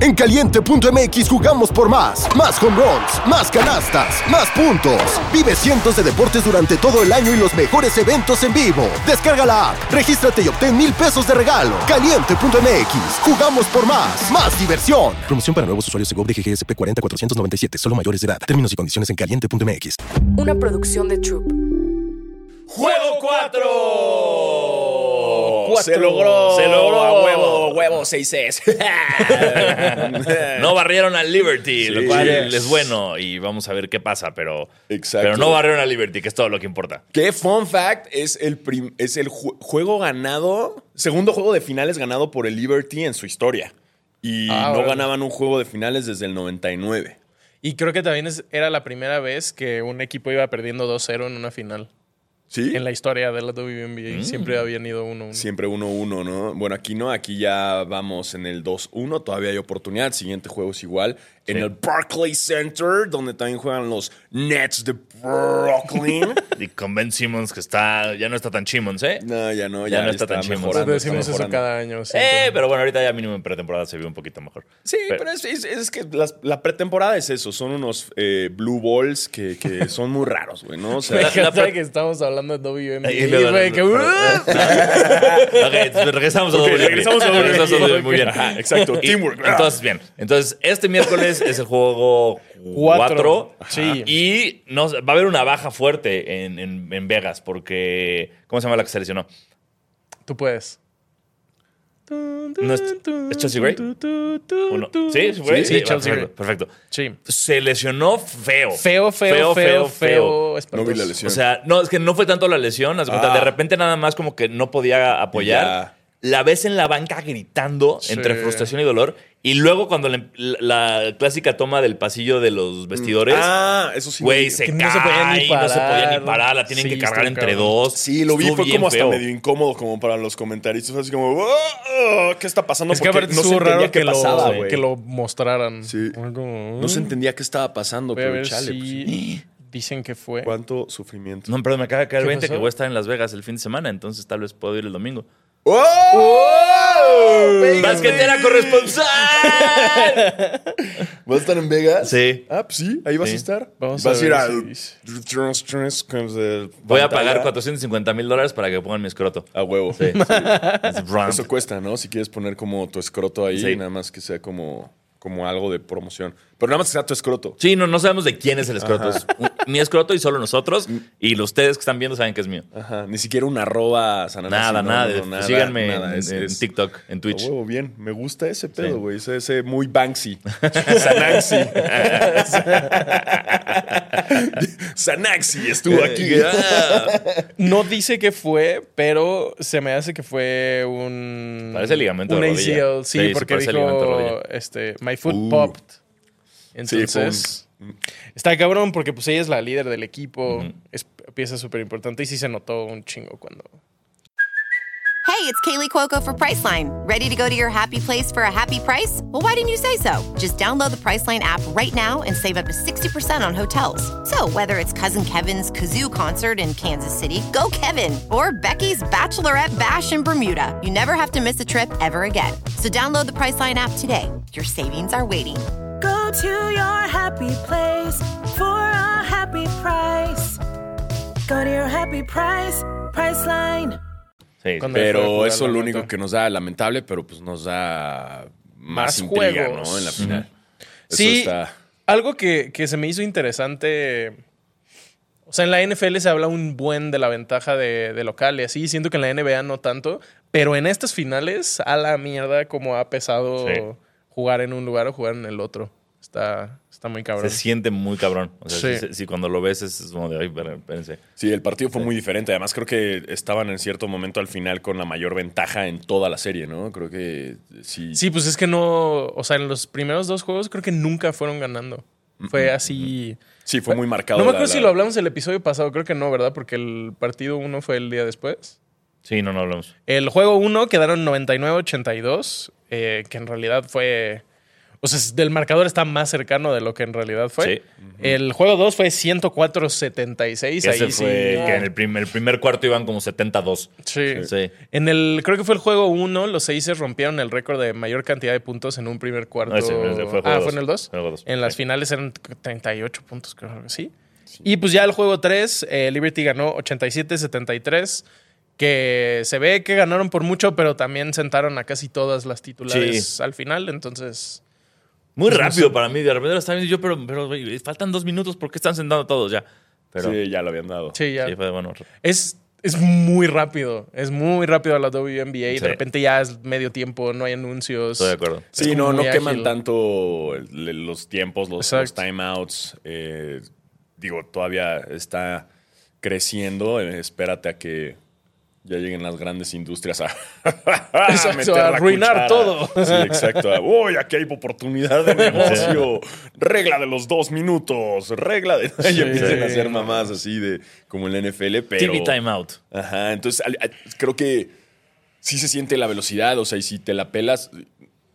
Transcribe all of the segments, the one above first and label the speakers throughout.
Speaker 1: En caliente.mx jugamos por más. Más home runs, más canastas, más puntos. Vive cientos de deportes durante todo el año y los mejores eventos en vivo. Descarga la app, regístrate y obtén mil pesos de regalo. Caliente.mx, jugamos por más. Más diversión.
Speaker 2: Promoción para nuevos usuarios de GOV de GGSP 40497, solo mayores de edad. Términos y condiciones en caliente.mx.
Speaker 3: Una producción de Troop.
Speaker 4: ¡Juego 4!
Speaker 5: Se logró.
Speaker 4: Se logró.
Speaker 5: A huevo, huevo, 6 es.
Speaker 4: No barrieron al Liberty,
Speaker 5: Sí.
Speaker 4: lo cual
Speaker 5: Yes.
Speaker 4: es bueno y vamos a ver qué pasa, pero,
Speaker 5: Exacto.
Speaker 4: pero no barrieron al Liberty, que es todo lo que importa.
Speaker 5: Que fun fact, es el, prim- es el ju- juego ganado, segundo juego de finales ganado por el Liberty en su historia. Y
Speaker 6: Ah,
Speaker 5: no
Speaker 6: bueno.
Speaker 5: ganaban un juego de finales desde el 99.
Speaker 6: Y creo que también es- era la primera vez que un equipo iba perdiendo 2-0 en una final.
Speaker 5: ¿Sí?
Speaker 6: En la historia de la WNBA siempre habían ido 1-1.
Speaker 5: Mm. Siempre 1-1, ¿no? Bueno, aquí no, aquí ya vamos en el 2-1, todavía hay oportunidad. Siguiente juego es igual. En el Barclays Center, donde también juegan los Nets de Brooklyn.
Speaker 4: Y con Ben Simmons, que está, ya no está tan Simmons, ¿eh?
Speaker 5: no, ya no,
Speaker 4: Ya
Speaker 5: ya,
Speaker 4: no está tan chimo.
Speaker 6: Nosotros
Speaker 5: mejorando. está
Speaker 6: decimos eso
Speaker 5: mejorando.
Speaker 6: cada año. siempre.
Speaker 4: Eh, pero bueno, ahorita ya mínimo en pretemporada se vio un poquito mejor.
Speaker 5: Sí, pero, es, es- es que las- la pretemporada es eso. Son unos eh, blue balls que, que son muy raros, güey, ¿no? O
Speaker 6: Me
Speaker 5: sea,
Speaker 6: encanta
Speaker 4: la- la-
Speaker 6: que estamos hablando de WNBA.
Speaker 4: Y luego-
Speaker 6: güey, que-
Speaker 4: Ok, entonces regresamos a
Speaker 5: Ok,
Speaker 4: WWE.
Speaker 5: regresamos a WWE.
Speaker 4: Regresamos a WWE, Muy bien.
Speaker 5: Ajá, exacto,
Speaker 4: Y-
Speaker 5: teamwork.
Speaker 4: Entonces, bien. Entonces, este miércoles es el juego
Speaker 6: Cuatro.
Speaker 4: 4.
Speaker 6: Sí.
Speaker 4: Y no sé, va a haber una baja fuerte en, en- en Vegas porque. ¿Cómo se llama la que se lesionó?
Speaker 6: Tú puedes.
Speaker 4: ¿No es- es Chelsea Gray? ¿O no? ¿Sí? ¿Sí? fue?
Speaker 6: Sí, sí,
Speaker 4: va,
Speaker 6: Chelsea
Speaker 4: perfecto,
Speaker 6: Gray.
Speaker 4: Perfecto.
Speaker 6: Sí.
Speaker 4: Se lesionó feo.
Speaker 5: Oh.
Speaker 6: Feo, feo, feo, feo, feo.
Speaker 5: no
Speaker 6: espantoso.
Speaker 5: vi la lesión.
Speaker 4: O sea, no, es que no fue tanto la lesión. haz de cuenta,
Speaker 5: Ah.
Speaker 4: De repente nada más como que no podía apoyar.
Speaker 5: Ya.
Speaker 4: La ves en la banca gritando
Speaker 6: Sí.
Speaker 4: entre frustración y dolor. Y luego cuando le- la, clásica toma del pasillo de los vestidores,
Speaker 5: Mm. ah, eso sí. lo
Speaker 4: güey,
Speaker 5: vi.
Speaker 4: se
Speaker 6: que
Speaker 4: cae,
Speaker 6: no se podía ni
Speaker 4: no se podía
Speaker 6: parar.
Speaker 4: ni parar, la tienen
Speaker 6: Sí,
Speaker 4: que cargar
Speaker 6: estuvo
Speaker 4: entre
Speaker 6: cabrón.
Speaker 4: dos.
Speaker 5: Sí, lo vi,
Speaker 4: Estuvo
Speaker 5: fue
Speaker 4: bien
Speaker 5: como hasta
Speaker 4: feo.
Speaker 5: medio incómodo como para los comentaristas, así como, "Oh, oh, ¿qué está pasando?
Speaker 6: Es que
Speaker 5: Porque
Speaker 6: aparte
Speaker 5: no se
Speaker 6: estuvo
Speaker 5: entendía
Speaker 6: raro
Speaker 5: qué
Speaker 6: que,
Speaker 5: pasaba,
Speaker 6: lo,
Speaker 5: güey.
Speaker 6: que lo mostraran.
Speaker 5: Sí.
Speaker 6: Fue como,
Speaker 5: No se entendía qué estaba pasando,
Speaker 6: Voy a
Speaker 5: pero
Speaker 6: ver
Speaker 5: chale, pues,
Speaker 6: si dicen que fue.
Speaker 5: cuánto sufrimiento.
Speaker 4: No, perdón, me acaba de caer
Speaker 6: ¿Qué
Speaker 4: 20 que
Speaker 6: pasó?
Speaker 4: voy a estar en Las Vegas el fin de semana, entonces tal vez puedo ir el domingo.
Speaker 5: ¡Oh!
Speaker 4: ¡Basquetera corresponsal!
Speaker 5: ¿Vas a estar en Vegas?
Speaker 4: Sí.
Speaker 5: Ah, pues sí, ahí vas
Speaker 4: Sí.
Speaker 5: a estar.
Speaker 6: Vamos
Speaker 5: vas
Speaker 6: a
Speaker 5: a ir
Speaker 6: ver
Speaker 5: al.
Speaker 6: si
Speaker 4: Voy a pagar 450 mil dólares para que pongan mi escroto.
Speaker 5: A huevo.
Speaker 4: Sí, sí. Es brand.
Speaker 5: Eso cuesta, ¿no? Si quieres poner como tu escroto ahí,
Speaker 4: Sí.
Speaker 5: nada más que sea como, como algo de promoción. Pero nada más que sea tu escroto.
Speaker 4: Sí, no, no sabemos de quién es el escroto. Es un- mi escroto y solo nosotros. Y los ustedes que están viendo saben que es mío.
Speaker 5: Mm. Ajá. Ni siquiera un arroba San Andrés,
Speaker 4: Nada,
Speaker 5: no,
Speaker 4: nada,
Speaker 5: no,
Speaker 4: de-
Speaker 5: nada,
Speaker 4: Síganme
Speaker 5: nada,
Speaker 4: en,
Speaker 5: es-
Speaker 4: en
Speaker 5: es-
Speaker 4: TikTok, en Twitch.
Speaker 5: A huevo, bien. Me gusta ese
Speaker 4: Sí.
Speaker 5: pedo, güey. Ese, ese muy Banksy. Sanaxi. Sanaxi estuvo
Speaker 4: Eh,
Speaker 5: aquí.
Speaker 4: Ah.
Speaker 6: No dice que fue, pero se me hace que fue un.
Speaker 4: Parece ligamento
Speaker 6: un
Speaker 4: de rodilla.
Speaker 6: ACL, sí,
Speaker 4: Sí, sí,
Speaker 6: porque
Speaker 4: parece ligamento de
Speaker 6: dijo
Speaker 4: rodilla.
Speaker 6: este, My foot
Speaker 5: Uh.
Speaker 6: popped.
Speaker 5: Sí, fue un-
Speaker 6: Entonces. Está cabrón porque pues ella es la líder del equipo,
Speaker 4: Ujú.
Speaker 6: es pieza súper importante y sí se notó un chingo cuando...
Speaker 7: Hey, it's Kaylee Cuoco for Priceline. Ready to go to your happy place for a happy price? Well, why didn't you say so? Just download the Priceline app right now and save up to 60% on hotels. So, whether it's Cousin Kevin's Kazoo concert in Kansas City, go Kevin, or Becky's Bachelorette Bash in Bermuda, you never have to miss a trip ever again. So, download the Priceline app today. Your savings are waiting.
Speaker 8: Go to your happy place for a happy price. Go to your happy price, Priceline.
Speaker 4: Sí, sí.
Speaker 6: Cuando- Fue
Speaker 5: Pero
Speaker 6: jugar
Speaker 5: eso
Speaker 6: la
Speaker 5: lo
Speaker 6: neta.
Speaker 5: único que nos da lamentable, pero pues nos da más,
Speaker 6: Más
Speaker 5: intriga,
Speaker 6: juegos.
Speaker 5: ¿no? En la final. Eso
Speaker 6: Sí,
Speaker 5: está.
Speaker 6: algo que, que se me hizo interesante... O sea, en la NFL se habla un buen de la ventaja de, de local y así, siento que en la NBA no tanto, pero en estas finales a la mierda como ha pesado
Speaker 4: Sí.
Speaker 6: jugar en un lugar o jugar en el otro. Está, está muy
Speaker 4: Se
Speaker 6: cabrón.
Speaker 4: siente muy cabrón. O sea,
Speaker 6: Sí.
Speaker 4: sí, sí, cuando lo ves es como de, ay, espera, espérense.
Speaker 5: Sí, el partido fue muy diferente. Además, creo que estaban en cierto momento al final con la mayor ventaja en toda la serie, ¿no? Creo que sí.
Speaker 6: Sí, pues es que no, o sea, en los primeros dos juegos creo que nunca fueron ganando.
Speaker 5: Mm,
Speaker 6: Fue así...
Speaker 5: Sí, fue muy marcado.
Speaker 6: No me
Speaker 5: la-
Speaker 6: acuerdo
Speaker 5: la-
Speaker 6: si lo hablamos el episodio pasado, creo que no, ¿verdad? Porque el partido 1 fue el día después.
Speaker 4: Sí, no, no hablamos.
Speaker 6: El juego 1 quedaron 99-82, eh, que en realidad fue... O sea, es- del marcador está más cercano de lo que en realidad fue.
Speaker 4: Sí.
Speaker 6: El juego 2 fue 104-76. Ahí
Speaker 4: Ese
Speaker 6: sí.
Speaker 4: fue
Speaker 5: Ah.
Speaker 4: que en el, prim- el primer cuarto iban como 72.
Speaker 6: Sí.
Speaker 4: Sí.
Speaker 6: En el, creo que fue el juego 1, los Aces rompieron el récord de mayor cantidad de puntos en un primer cuarto.
Speaker 4: No, ese- ese fue el juego
Speaker 6: ah,
Speaker 4: dos.
Speaker 6: fue en el 2.
Speaker 4: Fue el juego dos,
Speaker 6: En las
Speaker 4: sí.
Speaker 6: finales eran 38 puntos, creo que sí. Y pues ya el juego 3, Liberty ganó 87-73, que se ve que ganaron por mucho, pero también sentaron a casi todas las titulares
Speaker 4: Sí.
Speaker 6: al final, entonces...
Speaker 4: Muy rápido para mí. De repente lo estaba viendo yo, pero, pero güey, faltan dos minutos. ¿Por qué están sentando todos ya? Pero sí,
Speaker 5: sí, ya lo habían dado.
Speaker 6: Sí, ya.
Speaker 4: fue bueno.
Speaker 6: Es, es muy rápido, es muy rápido a la WNBA y
Speaker 4: Sí.
Speaker 6: de repente ya es medio tiempo, no hay anuncios.
Speaker 4: Estoy de acuerdo.
Speaker 5: Sí,
Speaker 6: Es como
Speaker 5: no, no
Speaker 6: muy
Speaker 5: queman
Speaker 6: ágil.
Speaker 5: tanto el- el- los tiempos, los, los
Speaker 6: Exacto.
Speaker 5: timeouts. eh, digo, todavía está creciendo. eh, Espérate a que ya lleguen las grandes industrias a, a
Speaker 6: Exacto,
Speaker 5: meter
Speaker 6: a
Speaker 5: la
Speaker 6: arruinar
Speaker 5: cuchara.
Speaker 6: todo.
Speaker 5: Sí, exacto. a, Uy, aquí hay oportunidad de negocio. Regla de los dos minutos. Regla de. Y empiezan a hacer mamás así de como en la NFL, pero.
Speaker 4: TV timeout.
Speaker 5: Ajá, entonces al- al- creo que sí se siente la velocidad, o sea, y si te la pelas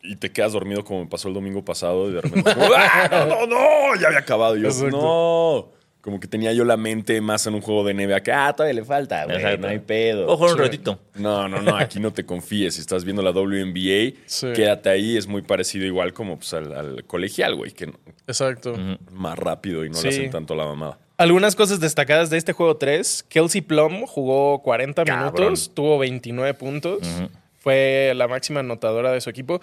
Speaker 5: y te quedas dormido como me pasó el domingo pasado y de repente como, ¡Ah, no, no, no! Ya había acabado. Y yo,
Speaker 6: Exacto.
Speaker 5: no. Como que tenía yo la mente más en un juego de NBA que, ah, todavía le falta, güey,
Speaker 4: Exacto.
Speaker 5: no hay pedo.
Speaker 4: Ojo un ratito.
Speaker 5: No, no, no, aquí no te confíes. Si estás viendo la WNBA,
Speaker 6: Sí.
Speaker 5: quédate ahí. Es muy parecido igual como pues, al, al colegial, güey, que no-
Speaker 6: Exacto.
Speaker 5: más rápido y no
Speaker 6: Sí.
Speaker 5: le hacen tanto la mamada.
Speaker 6: Algunas cosas destacadas de este juego 3. Kelsey Plum jugó 40
Speaker 4: Cabrón.
Speaker 6: minutos, tuvo 29 puntos. Fue la máxima anotadora de su equipo.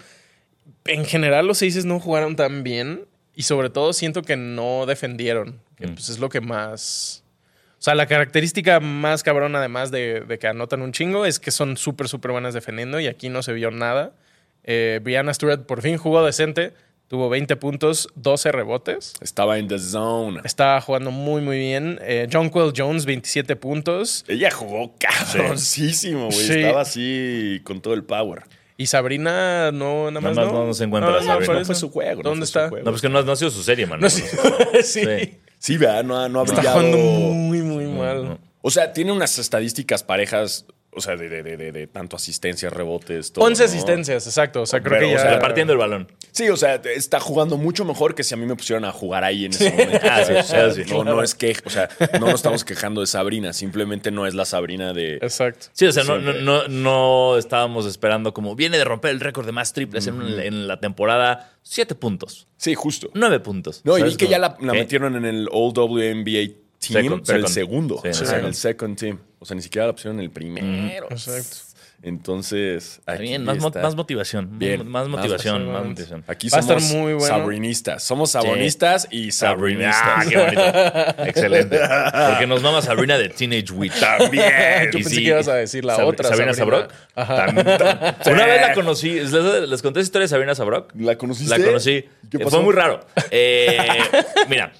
Speaker 6: En general, los Aces no jugaron tan bien. Y sobre todo, siento que no defendieron. Que pues, es lo que más. O sea, la característica más cabrón, además de, de que anotan un chingo, es que son súper, súper buenas defendiendo. Y aquí no se vio nada. Eh, Brianna Stewart por fin jugó decente. Tuvo 20 puntos, 12 rebotes.
Speaker 5: Estaba en The Zone.
Speaker 6: Está jugando muy, muy bien. Eh, John Quill Jones, 27 puntos.
Speaker 5: Ella jugó cabroncísimo, güey.
Speaker 6: Sí.
Speaker 5: Estaba así con todo el power.
Speaker 6: Y Sabrina, no, nada más.
Speaker 4: Nada más
Speaker 6: no,
Speaker 4: no se encuentra la Sabrina.
Speaker 6: por
Speaker 4: No
Speaker 6: eso.
Speaker 5: fue su juego, no
Speaker 6: ¿Dónde
Speaker 5: fue su
Speaker 6: está?
Speaker 5: juego.
Speaker 4: No, pues que no, no ha sido su serie, man.
Speaker 6: No, sí. sí.
Speaker 4: Sí.
Speaker 5: Sí, ¿verdad? No ha, no ha
Speaker 6: Está
Speaker 5: brillado.
Speaker 6: jugando muy, muy mal.
Speaker 5: O sea, tiene unas estadísticas parejas, o sea, de, de, de, de- de tanto asistencias, rebotes, todo.
Speaker 6: 11
Speaker 5: ¿no?
Speaker 6: asistencias, exacto. O sea, creo
Speaker 5: Pero,
Speaker 6: que
Speaker 5: o
Speaker 6: ya.
Speaker 5: sea,
Speaker 4: Repartiendo el balón.
Speaker 5: Sí, o sea, está jugando mucho mejor que si a mí me pusieran a jugar ahí en ese momento.
Speaker 4: Ah, sí,
Speaker 5: O sea,
Speaker 4: sí, sí.
Speaker 5: no, no es que, o sea, no nos estamos quejando de Sabrina, simplemente no es la Sabrina de.
Speaker 6: Exacto.
Speaker 4: Sí, o sea, no,
Speaker 5: Sí,
Speaker 4: no,
Speaker 5: güey.
Speaker 4: no, no estábamos esperando como viene de romper el récord de más triples en un- en, la temporada. Siete puntos,
Speaker 5: Sí, justo.
Speaker 4: nueve puntos.
Speaker 5: No, y vi
Speaker 4: ¿Sabes?
Speaker 5: que ya la,
Speaker 4: Como,
Speaker 5: la
Speaker 4: ¿qué?
Speaker 5: metieron en el All WNBA Team,
Speaker 4: Second,
Speaker 5: o sea, el
Speaker 4: second.
Speaker 5: segundo,
Speaker 4: Sí, en el
Speaker 5: o sea, en
Speaker 4: second.
Speaker 5: el second team. O sea, ni siquiera la pusieron en el primero.
Speaker 6: Exacto.
Speaker 5: Entonces,
Speaker 4: Está
Speaker 5: aquí
Speaker 4: bien, más, mo-
Speaker 5: está.
Speaker 4: más motivación.
Speaker 5: Bien,
Speaker 4: Más, más
Speaker 5: más
Speaker 4: motivación, más
Speaker 6: motivación.
Speaker 4: motivación.
Speaker 5: Aquí
Speaker 6: Va a
Speaker 5: somos
Speaker 6: estar muy bueno.
Speaker 5: sabrinistas. Somos sabonistas y
Speaker 4: Ah,
Speaker 5: sabrinistas.
Speaker 4: qué bonito. Excelente. Porque nos mama Sabrina de Teenage Witch.
Speaker 5: También.
Speaker 6: Yo pensé que ibas a decir la otra,
Speaker 4: Sabrina
Speaker 6: Sabrina.
Speaker 4: Sabrok. Una vez la conocí. Les, les conté esa historia de Sabrina Sabrok.
Speaker 5: ¿La conociste?
Speaker 4: La conocí.
Speaker 5: ¿Qué
Speaker 4: Eh,
Speaker 5: pasó?
Speaker 4: Fue muy raro. Eh, mira,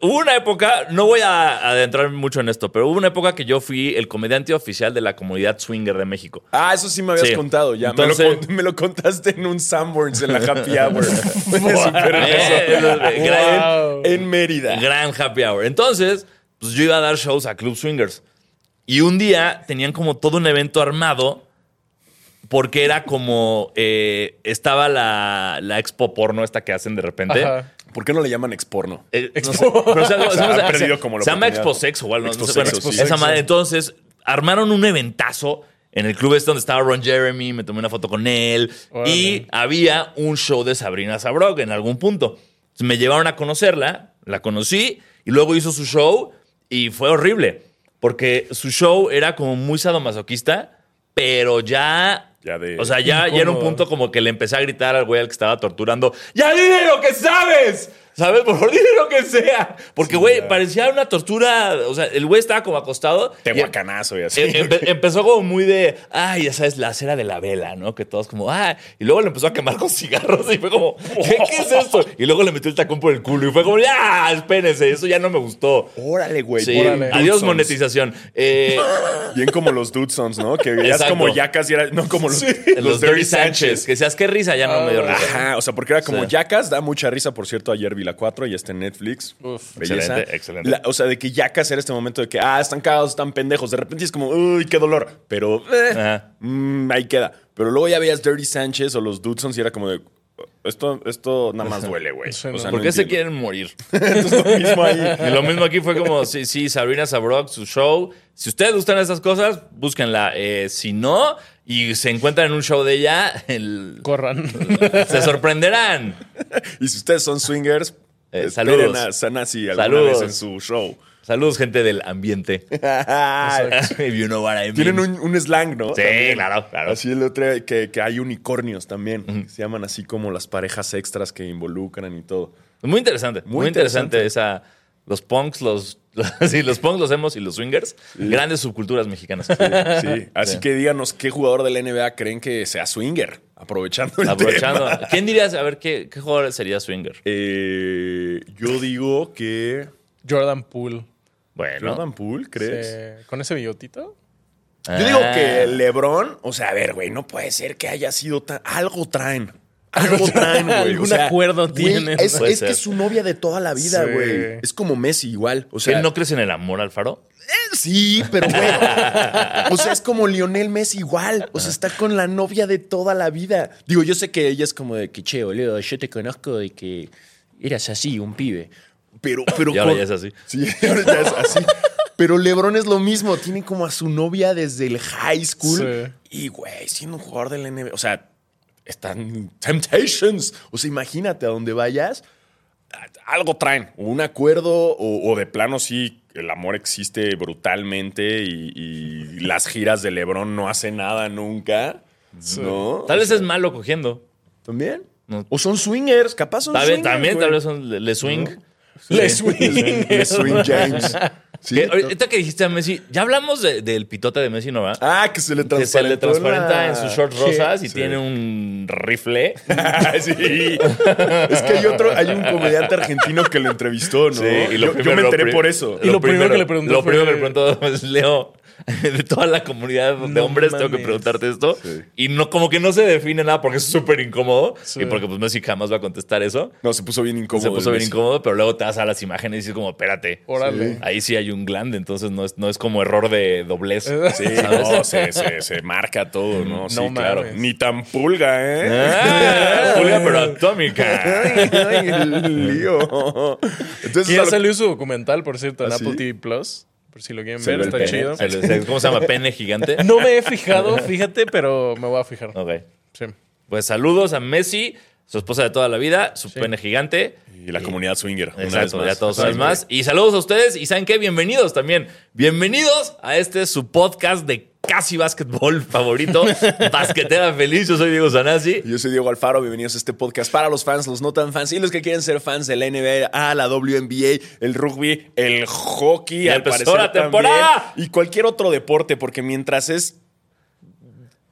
Speaker 4: hubo una época, no voy a adentrar mucho en esto, pero hubo una época que yo fui el comediante oficial de la comunidad swinger de México.
Speaker 5: Ah, eso sí me habías
Speaker 4: Sí.
Speaker 5: contado ya. me,
Speaker 4: Entonces-
Speaker 5: lo, con- me lo contaste en un Sanborns en la Happy Hour. Fue súper
Speaker 4: Eh,
Speaker 5: hermoso.
Speaker 4: eh, gran-
Speaker 6: Wow.
Speaker 5: En Mérida.
Speaker 4: Gran happy hour. Entonces, pues yo iba a dar shows a Club Swingers. Y un día tenían como todo un evento armado porque era como eh, estaba la, la expo porno esta que hacen de repente.
Speaker 6: Ajá.
Speaker 5: ¿Por qué no le llaman exporno?
Speaker 4: Eh, no sé, pero, o sea, o sea,
Speaker 5: han
Speaker 4: o sea,
Speaker 5: perdido
Speaker 4: se-
Speaker 5: como la
Speaker 4: se llama
Speaker 5: oportunidad.
Speaker 4: Exposex o algo. no sé,
Speaker 5: Exposexo,
Speaker 4: bueno,
Speaker 5: sí.
Speaker 4: Esa madre. Entonces, armaron un eventazo en el club este donde estaba Ron Jeremy, me tomé una foto con él.
Speaker 6: Órale.
Speaker 4: Y había un show de Sabrina Sabrok en algún punto. Entonces, me llevaron a conocerla, la conocí, y luego hizo su show y fue horrible. Porque su show era como muy sadomasoquista, pero ya.
Speaker 5: Ya de-
Speaker 4: o sea, ya, ya era un
Speaker 6: Incómodo.
Speaker 4: punto como que le empecé a gritar al güey al que estaba torturando, ¡ya dile lo que sabes! ¿Sabes? Por favor, dile lo que sea. Porque, güey, parecía una tortura. O sea, el güey estaba como acostado. y-
Speaker 5: Tehuacanazo y así.
Speaker 4: em- em- empezó como muy de, ay, ya sabes, la cera de la vela, ¿no? Que todos como, ah. Y luego le empezó a quemar con cigarros y fue como, ¿qué, qué es esto? Y luego le metió el tacón por el culo y fue como, ya, espérense, eso ya no me gustó.
Speaker 5: Órale, güey.
Speaker 4: Sí,
Speaker 5: órale.
Speaker 4: adiós
Speaker 5: Dudsons.
Speaker 4: monetización. Eh,
Speaker 5: Bien como los Dudsons, ¿no? Que ya es
Speaker 4: Exacto.
Speaker 5: como ya casi era. No, como los, Ah.
Speaker 4: los, Dirty Sánchez. Que seas, qué risa, ya no me dio risa.
Speaker 5: Ajá, o sea, porque era como
Speaker 4: Sí.
Speaker 5: Yacas, da mucha risa, por cierto, ayer vi la 4 y está en Netflix.
Speaker 6: Uf.
Speaker 5: Belleza.
Speaker 4: Excelente, excelente.
Speaker 5: La- o sea, de que Yacas era este momento de que, ah, están cagados, están pendejos. De repente es como, uy, qué dolor. Pero, eh,
Speaker 4: Ajá.
Speaker 5: mm, ahí queda. Pero luego ya veías Dirty Sánchez o los Dudsons y era como de, esto, esto nada más duele, güey.
Speaker 6: Sí, no.
Speaker 5: o sea,
Speaker 4: ¿Por qué se
Speaker 5: entiendo.
Speaker 4: quieren morir?
Speaker 5: Entonces, lo mismo ahí.
Speaker 4: Y lo mismo aquí fue como, sí, sí, Sabrina Sabrok, su show. Si ustedes gustan esas cosas, búsquenla. Eh, si no, y se encuentran en un show de ella, el-
Speaker 6: Corran.
Speaker 4: se sorprenderán.
Speaker 5: Y si ustedes son swingers,
Speaker 4: Eh,
Speaker 5: esperen
Speaker 4: saludos.
Speaker 5: a Sanasi alguna
Speaker 4: Saludos.
Speaker 5: vez en su show.
Speaker 4: Saludos, gente del ambiente. If you know what I mean.
Speaker 5: Tienen un, un slang, ¿no?
Speaker 4: Sí, claro, claro.
Speaker 5: Así el otro, que, que hay unicornios también. que se llaman así como las parejas extras que involucran y todo.
Speaker 4: Muy interesante, muy, interesante, esa. Los punks, los. sí, los punks, los hemos y los swingers. Grandes subculturas mexicanas.
Speaker 5: Sí. Así que díganos qué jugador de la NBA creen que sea swinger, aprovechando el
Speaker 4: Aprovechando.
Speaker 5: tema.
Speaker 4: ¿Quién dirías, a ver, qué, qué jugador sería swinger?
Speaker 5: Eh, yo digo que
Speaker 6: Jordan Poole.
Speaker 4: Bueno.
Speaker 5: Jordan Poole, ¿crees?
Speaker 6: Se- ¿Con ese billotito?
Speaker 5: Yo digo
Speaker 4: Ah.
Speaker 5: que LeBron, o sea, a ver, güey, no puede ser que haya sido tan. Algo traen. Algo traen, güey.
Speaker 6: Algún acuerdo
Speaker 5: güey,
Speaker 6: tienen.
Speaker 5: Es,
Speaker 4: Puede
Speaker 5: es que
Speaker 4: ser.
Speaker 5: es su novia de toda la vida,
Speaker 6: Sí.
Speaker 5: güey. Es como Messi igual. O sea,
Speaker 4: ¿Quién no crees en el amor, Alfaro?
Speaker 5: sí, pero güey. o sea, es como Lionel Messi igual. O sea, está con la novia de toda la vida. Digo, yo sé que ella es como de que, che, boludo, yo te conozco de que eras así, un pibe. Pero, pero.
Speaker 4: Y ahora
Speaker 5: con-
Speaker 4: ya es así.
Speaker 5: Sí, ahorita es así. Pero LeBron es lo mismo, tiene como a su novia desde el high school.
Speaker 6: Sí.
Speaker 5: Y, güey, siendo un jugador del NBA, o sea, están Temptations. O sea, imagínate a donde vayas, a- algo traen, o un acuerdo, o, o de plano sí, el amor existe brutalmente y, y las giras de LeBron no hacen nada nunca. ¿No?
Speaker 4: Tal vez es malo cogiendo.
Speaker 5: ¿También?
Speaker 4: No.
Speaker 5: O son swingers, capaz son
Speaker 4: Tal vez,
Speaker 5: swingers.
Speaker 4: también,
Speaker 5: güey.
Speaker 4: tal vez son le, le swing.
Speaker 6: Le
Speaker 4: Sí.
Speaker 6: swing.
Speaker 5: Le swing James. Sí,
Speaker 4: Que ahorita que dijiste a Messi, ya hablamos de- del pitote de Messi, ¿no va?
Speaker 5: Ah, que se le transparenta.
Speaker 4: que se le transparenta en sus shorts rosas y
Speaker 5: Sí.
Speaker 4: tiene un rifle.
Speaker 5: Ah, sí. Es que hay otro, hay un comediante argentino que lo entrevistó, ¿no?
Speaker 4: Sí, y lo
Speaker 5: yo, yo
Speaker 4: primero-
Speaker 5: me enteré
Speaker 4: lo
Speaker 5: por
Speaker 4: pri-
Speaker 5: eso.
Speaker 6: Y lo primero que le preguntó
Speaker 4: Lo primero que le
Speaker 6: fue-
Speaker 4: preguntó es Leo. De toda la comunidad de
Speaker 6: No
Speaker 4: hombres tengo que
Speaker 6: mames.
Speaker 4: preguntarte esto.
Speaker 5: Sí.
Speaker 4: Y no, como que no se define nada porque es súper incómodo.
Speaker 6: Sí.
Speaker 4: Y porque pues Messi jamás va a contestar eso.
Speaker 5: No, se puso bien incómodo.
Speaker 4: se puso bien
Speaker 5: Messi.
Speaker 4: incómodo, pero luego te vas a las imágenes y dices como, espérate.
Speaker 6: Órale.
Speaker 4: Ahí sí hay un gland, entonces no es, no es como error de doblez.
Speaker 5: Sí, no, se, se- se marca todo, ¿no? sí,
Speaker 6: mames.
Speaker 5: claro. Ni tan pulga, ¿eh?
Speaker 4: Ah, Julia, pero atómica.
Speaker 5: Ay, el lío. Entonces,
Speaker 6: Y ya
Speaker 5: a lo-
Speaker 6: salió su documental, por cierto, en
Speaker 5: ¿Ah,
Speaker 6: Apple
Speaker 5: sí?
Speaker 6: TV Plus. Por si lo quieren
Speaker 5: Se
Speaker 6: ver,
Speaker 5: ve el
Speaker 6: está
Speaker 5: pene.
Speaker 6: chido.
Speaker 4: Se le- ¿Cómo se llama? ¿Pene gigante?
Speaker 6: No me he fijado, fíjate, pero me voy a fijar.
Speaker 4: Ok.
Speaker 6: Sí.
Speaker 4: Pues saludos a Messi, su esposa de toda la vida, su pene gigante.
Speaker 5: y la comunidad swinger. una vez
Speaker 4: Exacto, ya
Speaker 5: más.
Speaker 4: todos saben más. Y saludos a ustedes. Y saben qué, bienvenidos también. Bienvenidos a este su podcast de casi básquetbol favorito, Basquetera Feliz. Yo soy Diego Sanasi.
Speaker 5: Yo soy Diego Alfaro, bienvenidos a este podcast para los fans, los no tan fans y los que quieren ser fans de la NBA, a la WNBA, el rugby, el hockey,
Speaker 4: Ya
Speaker 5: al
Speaker 4: empezó
Speaker 5: parecer
Speaker 4: la
Speaker 5: también,
Speaker 4: temporada.
Speaker 5: y cualquier otro deporte, porque mientras es